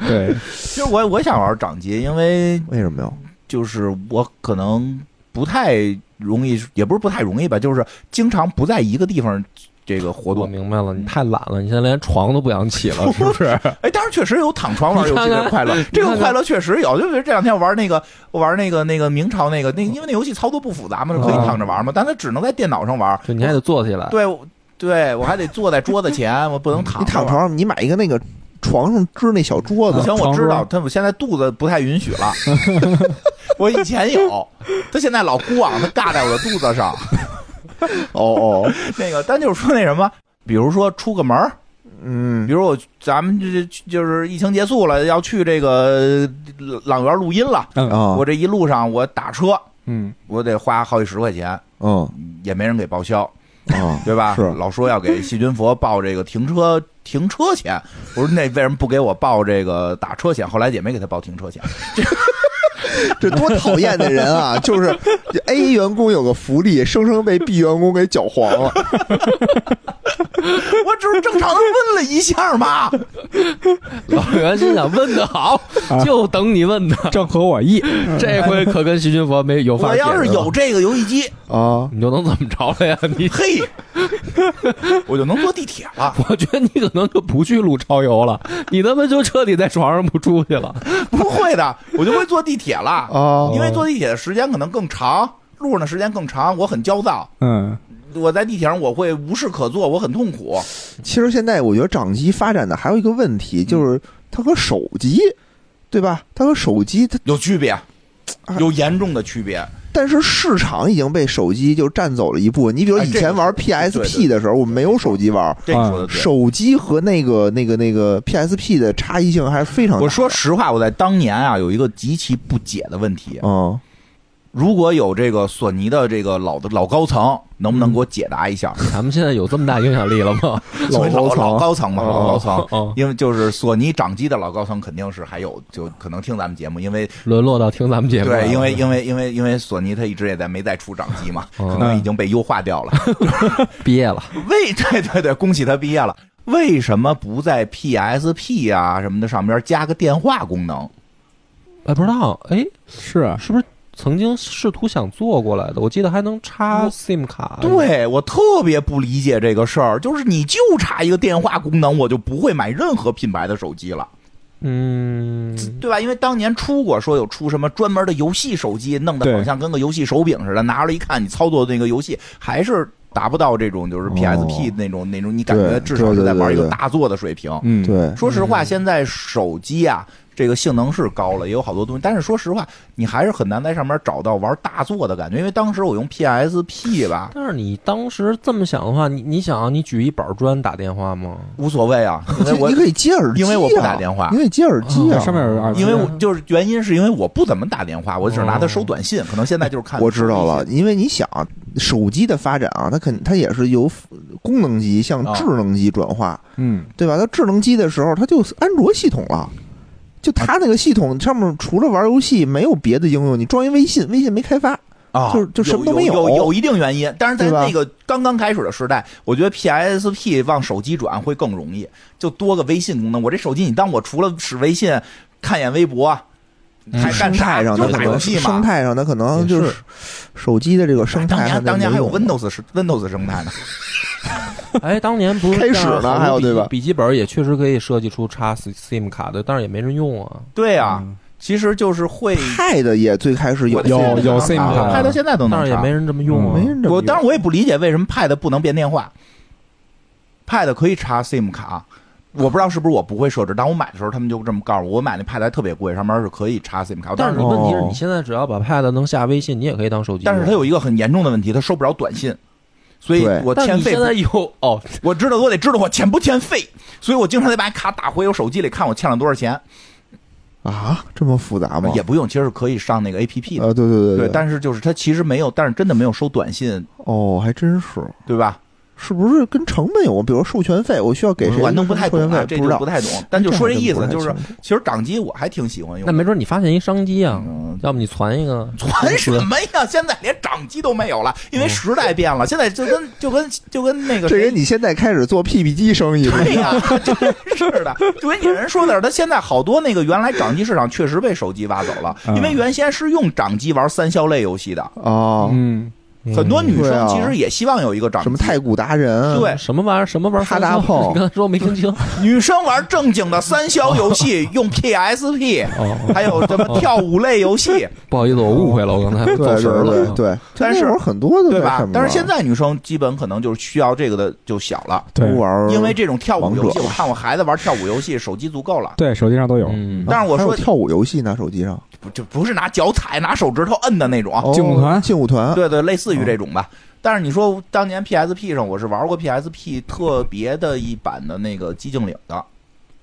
Speaker 1: 对，
Speaker 4: *laughs* 其实我我想玩掌机，因为
Speaker 3: 为什么呀？
Speaker 4: 就是我可能不太容易，也不是不太容易吧，就是经常不在一个地方这个活
Speaker 2: *laughs* 我
Speaker 4: 动。
Speaker 2: 明白了，你太懒了，你现在连床都不想起了，是不
Speaker 4: *laughs*
Speaker 2: 是？
Speaker 4: 哎，当然确实有躺床玩游戏
Speaker 2: 你看
Speaker 4: *laughs* 的
Speaker 2: 看
Speaker 4: 快乐，
Speaker 2: 你看看
Speaker 4: 这个快乐确实有。就是这两天玩那个玩那个那个明朝那个那个，因为那游戏操作不复杂嘛，就可以躺着玩嘛，但它只能在电脑上玩。
Speaker 2: 就你还得坐起来。
Speaker 4: 对我对，我还得坐在桌子前，我不能
Speaker 3: 嗯
Speaker 4: 躺。
Speaker 3: 你躺床。上，你买一个那个床上支那小桌子
Speaker 1: 啊，
Speaker 4: 行，我
Speaker 1: 床
Speaker 4: 知道，
Speaker 1: 桌
Speaker 4: 但我现在肚子不太允许
Speaker 3: *laughs*
Speaker 4: 了。我以前有，他现在老箍网，他尬在我的肚子上。
Speaker 3: 哦哦，
Speaker 4: *laughs* 那个，咱就是说那什么，比如说出个门儿，比
Speaker 3: 嗯，
Speaker 4: 如我咱们这就是疫情结束了，要去这个呃朗园录音了，
Speaker 1: 嗯
Speaker 3: 啊
Speaker 4: 我，这一路上我打车，
Speaker 1: 嗯，
Speaker 4: 我得花好几十块钱，
Speaker 3: 嗯
Speaker 4: 也没人给报销，
Speaker 3: 啊，
Speaker 4: 对吧？
Speaker 3: 是
Speaker 4: 老说要给细菌佛报这个停车停车钱，我说那为什么不给我报这个打车钱？后来也没给他报停车钱。
Speaker 3: *laughs* 这多讨厌的人啊！ *laughs* 就是 A 员工有个福利，生生被 B 员工给搅黄了。
Speaker 4: *laughs* 我只是正常的问了一下嘛。
Speaker 2: 老袁心想：问的好，
Speaker 4: 啊
Speaker 2: 就等你问呢。
Speaker 1: 正合我意。
Speaker 2: 这回可跟徐君佛没有法
Speaker 4: 嗯我
Speaker 2: 解
Speaker 4: 要是
Speaker 2: 释了
Speaker 4: 有这个游戏机，
Speaker 3: 啊，
Speaker 2: 你就能怎么着了呀？你
Speaker 4: 嘿，我就能坐地铁了。
Speaker 2: *laughs* 我觉得你可能就不去录超游了，你他妈就彻底在床上不出去了。
Speaker 4: 不会的，我就会坐地铁了。
Speaker 3: 哦
Speaker 4: 因为坐地铁的时间可能更长，路上的时间更长，我很焦躁。
Speaker 1: 嗯，
Speaker 4: 我在地铁上我会无事可做，我很痛苦。
Speaker 3: 其实现在我觉得掌机发展的还有一个问题，就是它和手机，对吧？它和手机，它
Speaker 4: 有区别，有严重的区别。
Speaker 3: 但是市场已经被手机就占走了一部分。你比如
Speaker 4: 哎
Speaker 3: 以
Speaker 4: 这
Speaker 3: 前
Speaker 4: 个
Speaker 3: 玩
Speaker 4: 对对
Speaker 3: PSP
Speaker 4: 对
Speaker 3: 的时候，我们没有手机玩，
Speaker 4: 这个说的对。
Speaker 3: 手机和那个那个那个 PSP 的差异性还是非常大。
Speaker 4: 我说，实话，我在当年啊有一个极其不解的问题，
Speaker 3: 嗯，
Speaker 4: 如果有这个索尼的这个老的老高层，能不能给我解答一下？
Speaker 2: 咱们现在有这么大影响力了吗？
Speaker 3: 老
Speaker 4: 所以老
Speaker 3: 高层
Speaker 4: 老高层嘛，
Speaker 3: 哦
Speaker 4: 老高层，
Speaker 2: 哦，
Speaker 4: 因为就是索尼掌机的老高层肯定是还有，就可能听咱们节目，因为
Speaker 2: 沦落到听咱们节目了。
Speaker 4: 对，因为因为因为因为索尼它一直也在没再出掌机嘛，
Speaker 2: 嗯
Speaker 4: 可能已经被优化掉了。 *laughs*
Speaker 2: 毕业了，
Speaker 4: 为 *laughs* 对对对，恭喜他毕业了。为什么不在 PSP 啊什么的上边加个电话功能？
Speaker 2: 哎，不知道，哎，
Speaker 1: 是啊，
Speaker 2: 是不是曾经试图想做过来的？我记得还能插 SIM
Speaker 3: 啊
Speaker 2: 卡。，
Speaker 4: 对我特别不理解这个事儿，就是你就差一个电话功能，我就不会买任何品牌的手机了，
Speaker 2: 嗯，
Speaker 4: 对吧？因为当年出过说有出什么专门的游戏手机，弄得
Speaker 1: 对
Speaker 4: 好像跟个游戏手柄似的，拿出来一看，你操作的那个游戏还是达不到这种就是
Speaker 3: 哦
Speaker 4: PSP 那种、那种，你感觉
Speaker 3: 对
Speaker 4: 至少是在玩一
Speaker 3: 对对
Speaker 4: 个
Speaker 3: 对对
Speaker 4: 大作的水平。
Speaker 1: 嗯，，
Speaker 3: 对，
Speaker 4: 说实话，现在手机啊，这个性能是高了，也有好多东西，但是说实话，你还是很难在上面找到玩大作的感觉。因为当时我用 PSP 吧，
Speaker 2: 但是你当时这么想的话，你你想啊，你举一板砖打电话吗？
Speaker 4: 无所
Speaker 3: *laughs*
Speaker 4: 谓啊，因为
Speaker 3: 你
Speaker 4: 我
Speaker 3: 你可以接耳机啊，
Speaker 4: 因为我不打电话
Speaker 3: 你可以接耳机啊。
Speaker 1: 哦
Speaker 3: 哦
Speaker 1: 上面有耳机
Speaker 4: 因为我 *laughs* 就是原因是因为我不怎么打电话，我只是拿它收短信，可能现在就是看
Speaker 3: 我知道了，，因为你想，手机的发展啊，它肯它也是由功能机向
Speaker 4: 啊
Speaker 3: 智能机转化，
Speaker 1: 嗯，
Speaker 3: 对吧？它智能机的时候，它就是安卓系统了。就它那个系统上面除了玩游戏没有别的应用，你装一微信，微信没开发，
Speaker 4: 啊，
Speaker 3: 就是就什么都没
Speaker 4: 有，
Speaker 3: 有
Speaker 4: 有一定原因。但是在
Speaker 3: 对吧
Speaker 4: 那个刚刚开始的时代，我觉得 PSP 往手机转会更容易，就多个微信功能。我这手机，你当我除了使微信、看眼微博，还
Speaker 3: 嗯
Speaker 4: 干
Speaker 3: 生
Speaker 4: 啥？
Speaker 3: 态上
Speaker 4: 就
Speaker 3: 它
Speaker 4: 是
Speaker 3: 可
Speaker 4: 打游
Speaker 3: 能
Speaker 4: 戏嘛
Speaker 3: 生。态上它可能
Speaker 2: 也
Speaker 3: 就是是手机的这个生
Speaker 4: 当
Speaker 3: 态
Speaker 4: 年当年还有
Speaker 3: 温
Speaker 4: Windows 是 Windows 生态呢，
Speaker 2: 哎，当年不是
Speaker 3: 开始呢
Speaker 2: 像好多
Speaker 3: 还有
Speaker 2: 笔
Speaker 3: 对吧
Speaker 2: 笔记本也确实可以设计出插 SIM 卡的，但是也没人用啊。
Speaker 4: 对啊，其实就是会，
Speaker 3: Pad 也最开嗯 *laughs* 始有
Speaker 4: 我现在
Speaker 1: 有
Speaker 4: 都
Speaker 1: 有
Speaker 4: 能
Speaker 1: SIM
Speaker 4: 插
Speaker 1: 卡
Speaker 4: 我拍到现在都能
Speaker 2: 但是也
Speaker 4: 插
Speaker 2: 没人这么用啊
Speaker 3: 没。人这么
Speaker 4: 我
Speaker 3: 用
Speaker 4: 当然我也不理解为什么 Pad 不能变电话，Pad 可以插 SIM 卡，我不知道是不是我不会设置，但我买的时候他们就这么告诉我，我买那 Pad 还特别贵，上面是可以插 SIM 卡，
Speaker 2: 但是你
Speaker 4: 我当
Speaker 2: 问题
Speaker 4: 时
Speaker 2: 是
Speaker 3: 哦
Speaker 2: 你现在只要把 Pad 能下微信，你也可以当手机用。
Speaker 4: 但是它有一个很严重的问题，它收不着短信。所以
Speaker 3: 对
Speaker 4: 我
Speaker 2: 但
Speaker 4: 欠
Speaker 2: 你
Speaker 4: 费
Speaker 2: 现，在有哦，
Speaker 4: 我知道我得知道我欠不欠费，所以我经常得把卡打回我手机里看我欠了多少钱，
Speaker 3: 啊，这么复杂吗？
Speaker 4: 也不用，其实是可以上那个 A P P 的，
Speaker 3: 啊，对对
Speaker 4: 对，
Speaker 3: 对，
Speaker 4: 但是就是它其实没有，但是真的没有收短信，
Speaker 3: 哦，还真是，
Speaker 4: 对吧？
Speaker 3: 是不是跟成本有关？比如授权费，我需要给谁？
Speaker 4: 我弄不太
Speaker 3: 授
Speaker 4: 懂
Speaker 3: 权
Speaker 4: 啊，
Speaker 3: 费
Speaker 4: 这
Speaker 3: 不
Speaker 4: 就
Speaker 3: 知道
Speaker 4: 不，太懂，但就
Speaker 3: 这
Speaker 4: 说
Speaker 3: 还
Speaker 4: 这
Speaker 3: 真
Speaker 4: 意
Speaker 3: 不
Speaker 4: 思，
Speaker 3: 太
Speaker 4: 就是
Speaker 3: 清楚
Speaker 4: 其实掌机我还挺喜欢
Speaker 2: 那
Speaker 4: 用的。
Speaker 2: 没准你发现一商机啊，
Speaker 4: 嗯
Speaker 2: 要不你传一个，
Speaker 4: 传什么呀？现在连掌机都没有了，因为时代变了。现在就跟就跟就跟那
Speaker 3: 嗯
Speaker 4: 个
Speaker 3: 这
Speaker 4: 谁
Speaker 3: 跟你现在开始做 PPT 机生意了，
Speaker 4: 对呀、真是的，就跟有人说的似的，他现在好多那个原来掌机市场确实被手机挖走了，
Speaker 3: 嗯
Speaker 4: 因为原先是用掌机玩三消类游戏的，
Speaker 3: *laughs* 啊，
Speaker 1: 嗯，
Speaker 4: 很多女
Speaker 3: 对
Speaker 4: 生
Speaker 3: 啊
Speaker 4: 其实也希望有一个掌
Speaker 3: 什么
Speaker 4: 机。
Speaker 3: 太古达人，
Speaker 4: 对
Speaker 2: 什么玩意儿，什么玩意儿，
Speaker 3: 哈达炮
Speaker 2: 你刚才说我没听清。
Speaker 4: 女生玩正经的三消游戏，用 PSP，
Speaker 2: *laughs* 哦，
Speaker 4: 还有什么跳舞类游戏，
Speaker 2: 不好意思，我误会了，我刚才
Speaker 3: 对
Speaker 2: 走
Speaker 3: 对
Speaker 2: 神儿
Speaker 3: 对
Speaker 2: 了。
Speaker 3: 对，对
Speaker 4: 但是
Speaker 3: 那会儿很多都
Speaker 4: 对
Speaker 3: 在上
Speaker 4: 吧
Speaker 3: 面？
Speaker 4: 但是现在女生基本可能就是需要这个的就小了，
Speaker 1: 对
Speaker 3: 都玩儿，
Speaker 4: 因为这种跳舞游
Speaker 3: 王
Speaker 4: 戏，
Speaker 3: 者
Speaker 4: 我看我孩子玩跳舞游戏，手机足够了。
Speaker 1: 对，手机上都有，
Speaker 2: 嗯，
Speaker 4: 但是我
Speaker 3: 啊还有
Speaker 4: 说
Speaker 3: 跳舞游戏呢，手机上
Speaker 4: 不就不是拿脚踩、拿手指头摁的那种，
Speaker 3: 哦
Speaker 1: 劲舞团
Speaker 3: 劲舞团，
Speaker 4: 对对，类似于这种吧。但是你说当年 PSP 上，我是玩过 PSP 特别的一版的那个寂静岭的，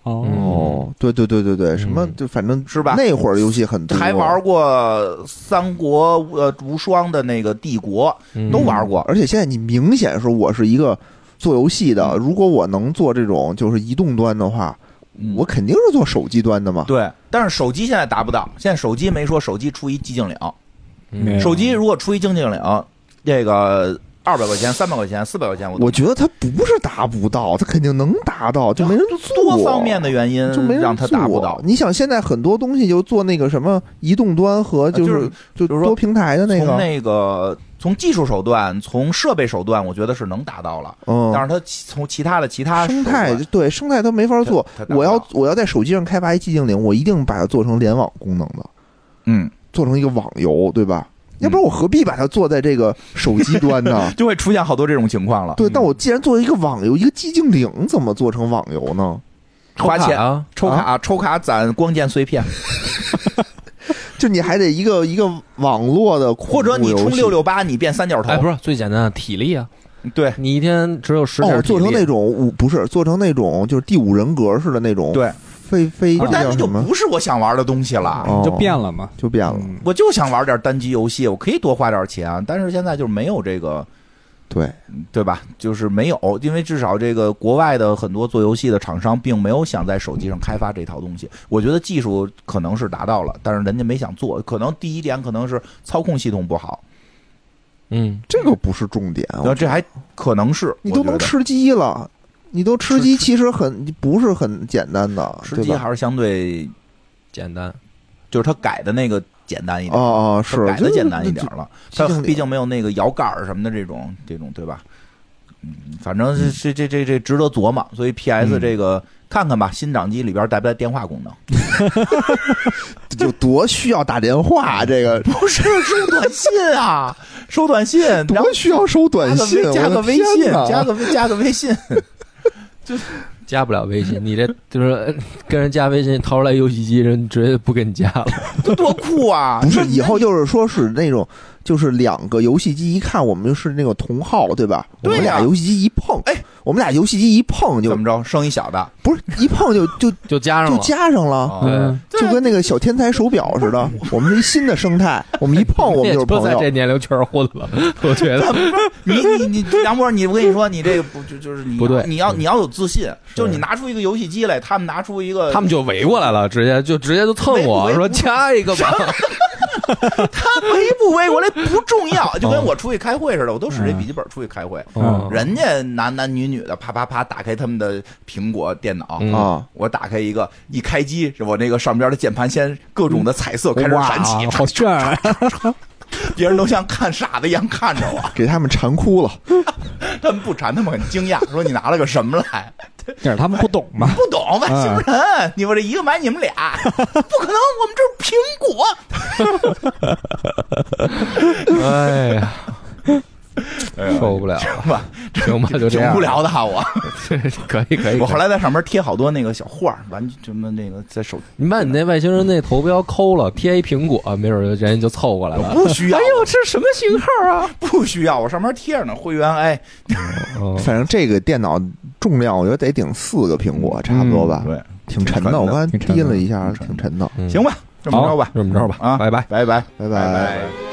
Speaker 1: 哦，
Speaker 3: 哦，对对对对对，什么
Speaker 2: 嗯
Speaker 3: 就反正
Speaker 4: 是吧
Speaker 3: 那会儿游戏很多，
Speaker 4: 还玩过三国呃无双的那个帝国，
Speaker 2: 嗯
Speaker 4: 都玩过。
Speaker 3: 而且现在你明显说我是一个做游戏
Speaker 4: 嗯
Speaker 3: 的，如果我能做这种就是移动端的话，我肯定是做手机端的嘛。
Speaker 4: 嗯对，但是手机现在达不到，现在手机没说手机出一寂静岭，
Speaker 2: 嗯哎
Speaker 1: 没有
Speaker 4: 手机如果出一寂静岭，这个二百块钱、三百块钱、四百块钱，我都
Speaker 3: 我觉得他不是达不到，他肯定能达到，就没人做。
Speaker 4: 啊多方面的原因
Speaker 3: 就没人
Speaker 4: 让它达不
Speaker 3: 做
Speaker 4: 到。
Speaker 3: 你想，现在很多东西就做那个什么移动端和就
Speaker 4: 呃就是
Speaker 3: 是就
Speaker 4: 就是说
Speaker 3: 多平台的那
Speaker 4: 从
Speaker 3: 个，
Speaker 4: 那个从技术手段、从设备手段，我觉得是能达到了，但
Speaker 3: 嗯，
Speaker 4: 是它其从其他的其他
Speaker 3: 生
Speaker 4: 手
Speaker 3: 态
Speaker 4: 段
Speaker 3: 对生态它没法做
Speaker 4: 它它达。不到
Speaker 3: 我要我要在手机上开发一寂静岭，我一定把它做成联网功能的，
Speaker 4: 嗯，
Speaker 3: 做成一个网游，对吧？要不然我何必把它做在这个手机端呢？
Speaker 4: *laughs* 就会出现好多这种情况了。
Speaker 3: 对，但我既然做一个网游，一个寂静岭怎么做成网游呢？
Speaker 4: 花钱
Speaker 2: 啊，
Speaker 4: 抽卡、抽卡攒光
Speaker 3: *laughs*
Speaker 4: 剑碎片，
Speaker 3: 就你还得一个一个网络的恐怖
Speaker 4: 或
Speaker 3: 游戏，
Speaker 4: 者你充六六八，你变三角头，
Speaker 2: 哎，不是最简单的体力啊，
Speaker 4: 对
Speaker 2: 你一天只有十
Speaker 3: 哦，
Speaker 2: 天体
Speaker 3: 做成
Speaker 2: 力
Speaker 3: 那种五不是做成那种就是第五人格似的那种，
Speaker 4: 对，
Speaker 3: 非非
Speaker 4: 不是，但
Speaker 3: 叫
Speaker 4: 那就
Speaker 3: 啊什么
Speaker 4: 不是我想玩的东西了。
Speaker 3: 哦
Speaker 1: 就变了嘛，
Speaker 3: 就变了，
Speaker 1: 嗯
Speaker 4: 我就想玩点单机游戏，我可以多花点钱，但是现在就是没有这个，
Speaker 3: 对，
Speaker 4: 对吧？就是没有，因为至少这个国外的很多做游戏的厂商并没有想在手机上开发这套东西。我觉得技术可能是达到了，但是人家没想做。可能第一点可能是操控系统不好，
Speaker 2: 嗯，
Speaker 3: 这个不是重点。啊
Speaker 4: 然后这还可能是
Speaker 3: 你都能，吃鸡了，你都吃鸡，其实很不是很简单的，
Speaker 4: 我觉得吃
Speaker 3: 对
Speaker 4: 鸡
Speaker 3: 吧
Speaker 4: 还是相对，
Speaker 2: 简单。
Speaker 4: 就是它改的那个简单一
Speaker 3: 哦
Speaker 4: 点，
Speaker 3: 哦
Speaker 4: 它
Speaker 3: 是
Speaker 4: 改的简单一点，了。它
Speaker 3: 就就
Speaker 4: 毕竟没有那个摇杆儿什么的这种这种，对吧？嗯，反正是这这这这值得琢磨。所以 PS
Speaker 1: 嗯
Speaker 4: 这个、看看吧，新掌机里边带不带电话功能？
Speaker 3: 就多需要打电话，啊这个
Speaker 4: 不是收短信
Speaker 3: *laughs*
Speaker 4: 啊，收短信，然后
Speaker 3: 多需要收短信，
Speaker 4: 加
Speaker 3: 我
Speaker 4: 个微加个微
Speaker 3: 的
Speaker 4: 信，
Speaker 3: 天哪
Speaker 4: 加个微加个微信。
Speaker 2: 加不了微信，你这就是呃跟人加微信掏出来游戏机，人直接不给你加了。
Speaker 4: 这多酷啊！
Speaker 3: *laughs* 不是
Speaker 4: 这
Speaker 3: 以后就是说是那种，就是两个游戏机一看我们就是那个同号，对吧？我
Speaker 4: 对呀
Speaker 3: 们俩游戏机一碰，
Speaker 4: 哎，
Speaker 3: 我们俩游戏机一碰就
Speaker 4: 怎么着，生一小的，
Speaker 3: 不是一碰
Speaker 4: *laughs*
Speaker 3: 就就
Speaker 2: 就加上
Speaker 3: 就
Speaker 2: 了。
Speaker 3: 加上了，
Speaker 4: 啊
Speaker 1: 嗯，
Speaker 4: 对
Speaker 3: 就跟那个小天才手表似
Speaker 4: 哦
Speaker 3: 的。我们是一新的生态，我们一碰哦我
Speaker 2: 你
Speaker 3: 们
Speaker 2: 也
Speaker 3: 就是
Speaker 2: 不
Speaker 3: 朋
Speaker 2: 在
Speaker 3: 友
Speaker 4: *laughs*
Speaker 2: 这。年龄圈混了，我
Speaker 3: *laughs*
Speaker 2: 觉得
Speaker 4: 你你你杨波，你我跟你说，你这个不就就是你
Speaker 2: 不对
Speaker 4: 你要你要有自信，
Speaker 2: 是
Speaker 4: 就是你拿出一个游戏机来，他们拿出一个，
Speaker 2: 他们就围过来了，直接就直接就蹭我
Speaker 4: 围围
Speaker 2: 说加一个吧。
Speaker 4: 他围不围过来不重
Speaker 2: *laughs*
Speaker 4: 要，就跟我出去开会似的，我都
Speaker 2: 嗯
Speaker 4: 使这笔记本出去开会，
Speaker 1: 嗯
Speaker 4: 人家男男女女的啪啪啪打开他们的苹果电脑，
Speaker 2: 嗯
Speaker 3: 啊，
Speaker 4: 我打开一个，一开机，我那个上边的键盘先各种的彩色开始
Speaker 1: 哇
Speaker 4: 闪起，，
Speaker 1: 好炫
Speaker 3: *laughs*
Speaker 1: 啊！
Speaker 4: 别人都像看傻子一样看着我，
Speaker 3: 给他们馋哭了。
Speaker 4: 哦他们不馋，他们
Speaker 2: *laughs*
Speaker 4: 很惊讶，说你拿了个什么来？
Speaker 1: 但是他们不懂嘛，
Speaker 4: 不懂
Speaker 2: 嗯
Speaker 4: 外星人，你我这一个买你们俩，
Speaker 2: *laughs*
Speaker 4: 不可能，我们这是苹果，
Speaker 2: 哎呀， *laughs* 受
Speaker 3: *laughs*
Speaker 2: 不了
Speaker 4: 行
Speaker 2: 了，
Speaker 4: 吧？
Speaker 2: 行吧，哎就这
Speaker 4: 挺
Speaker 2: 样。
Speaker 4: 哎
Speaker 2: 哎
Speaker 4: 无聊的哈，我
Speaker 2: *laughs* 可以可以。
Speaker 4: 我后来在上面贴好多那个小画，完什么那个在手，
Speaker 2: 你把你那外星人那头标抠了，贴一苹果，没准人家就凑过来了。
Speaker 4: 不需要，
Speaker 2: 哎呦，这什么型号啊？
Speaker 4: *laughs* 不需要，我上面贴着呢，会员哎，
Speaker 2: 嗯
Speaker 3: 反正这个电脑重量，我觉得得顶四个苹果，差不多吧，
Speaker 4: 嗯对，
Speaker 3: 挺沉
Speaker 4: 挺
Speaker 3: 的。
Speaker 4: 沉
Speaker 3: 我
Speaker 4: 的
Speaker 3: 刚才
Speaker 1: 挺沉
Speaker 3: 掂
Speaker 1: 的
Speaker 3: 了一下，
Speaker 4: 挺沉的
Speaker 3: 挺沉的。
Speaker 2: 嗯
Speaker 4: 行吧，这么着吧，
Speaker 2: 好这么着吧，
Speaker 4: 啊
Speaker 2: 拜拜。
Speaker 4: 拜拜。
Speaker 3: 拜
Speaker 4: 拜
Speaker 3: 拜
Speaker 4: 拜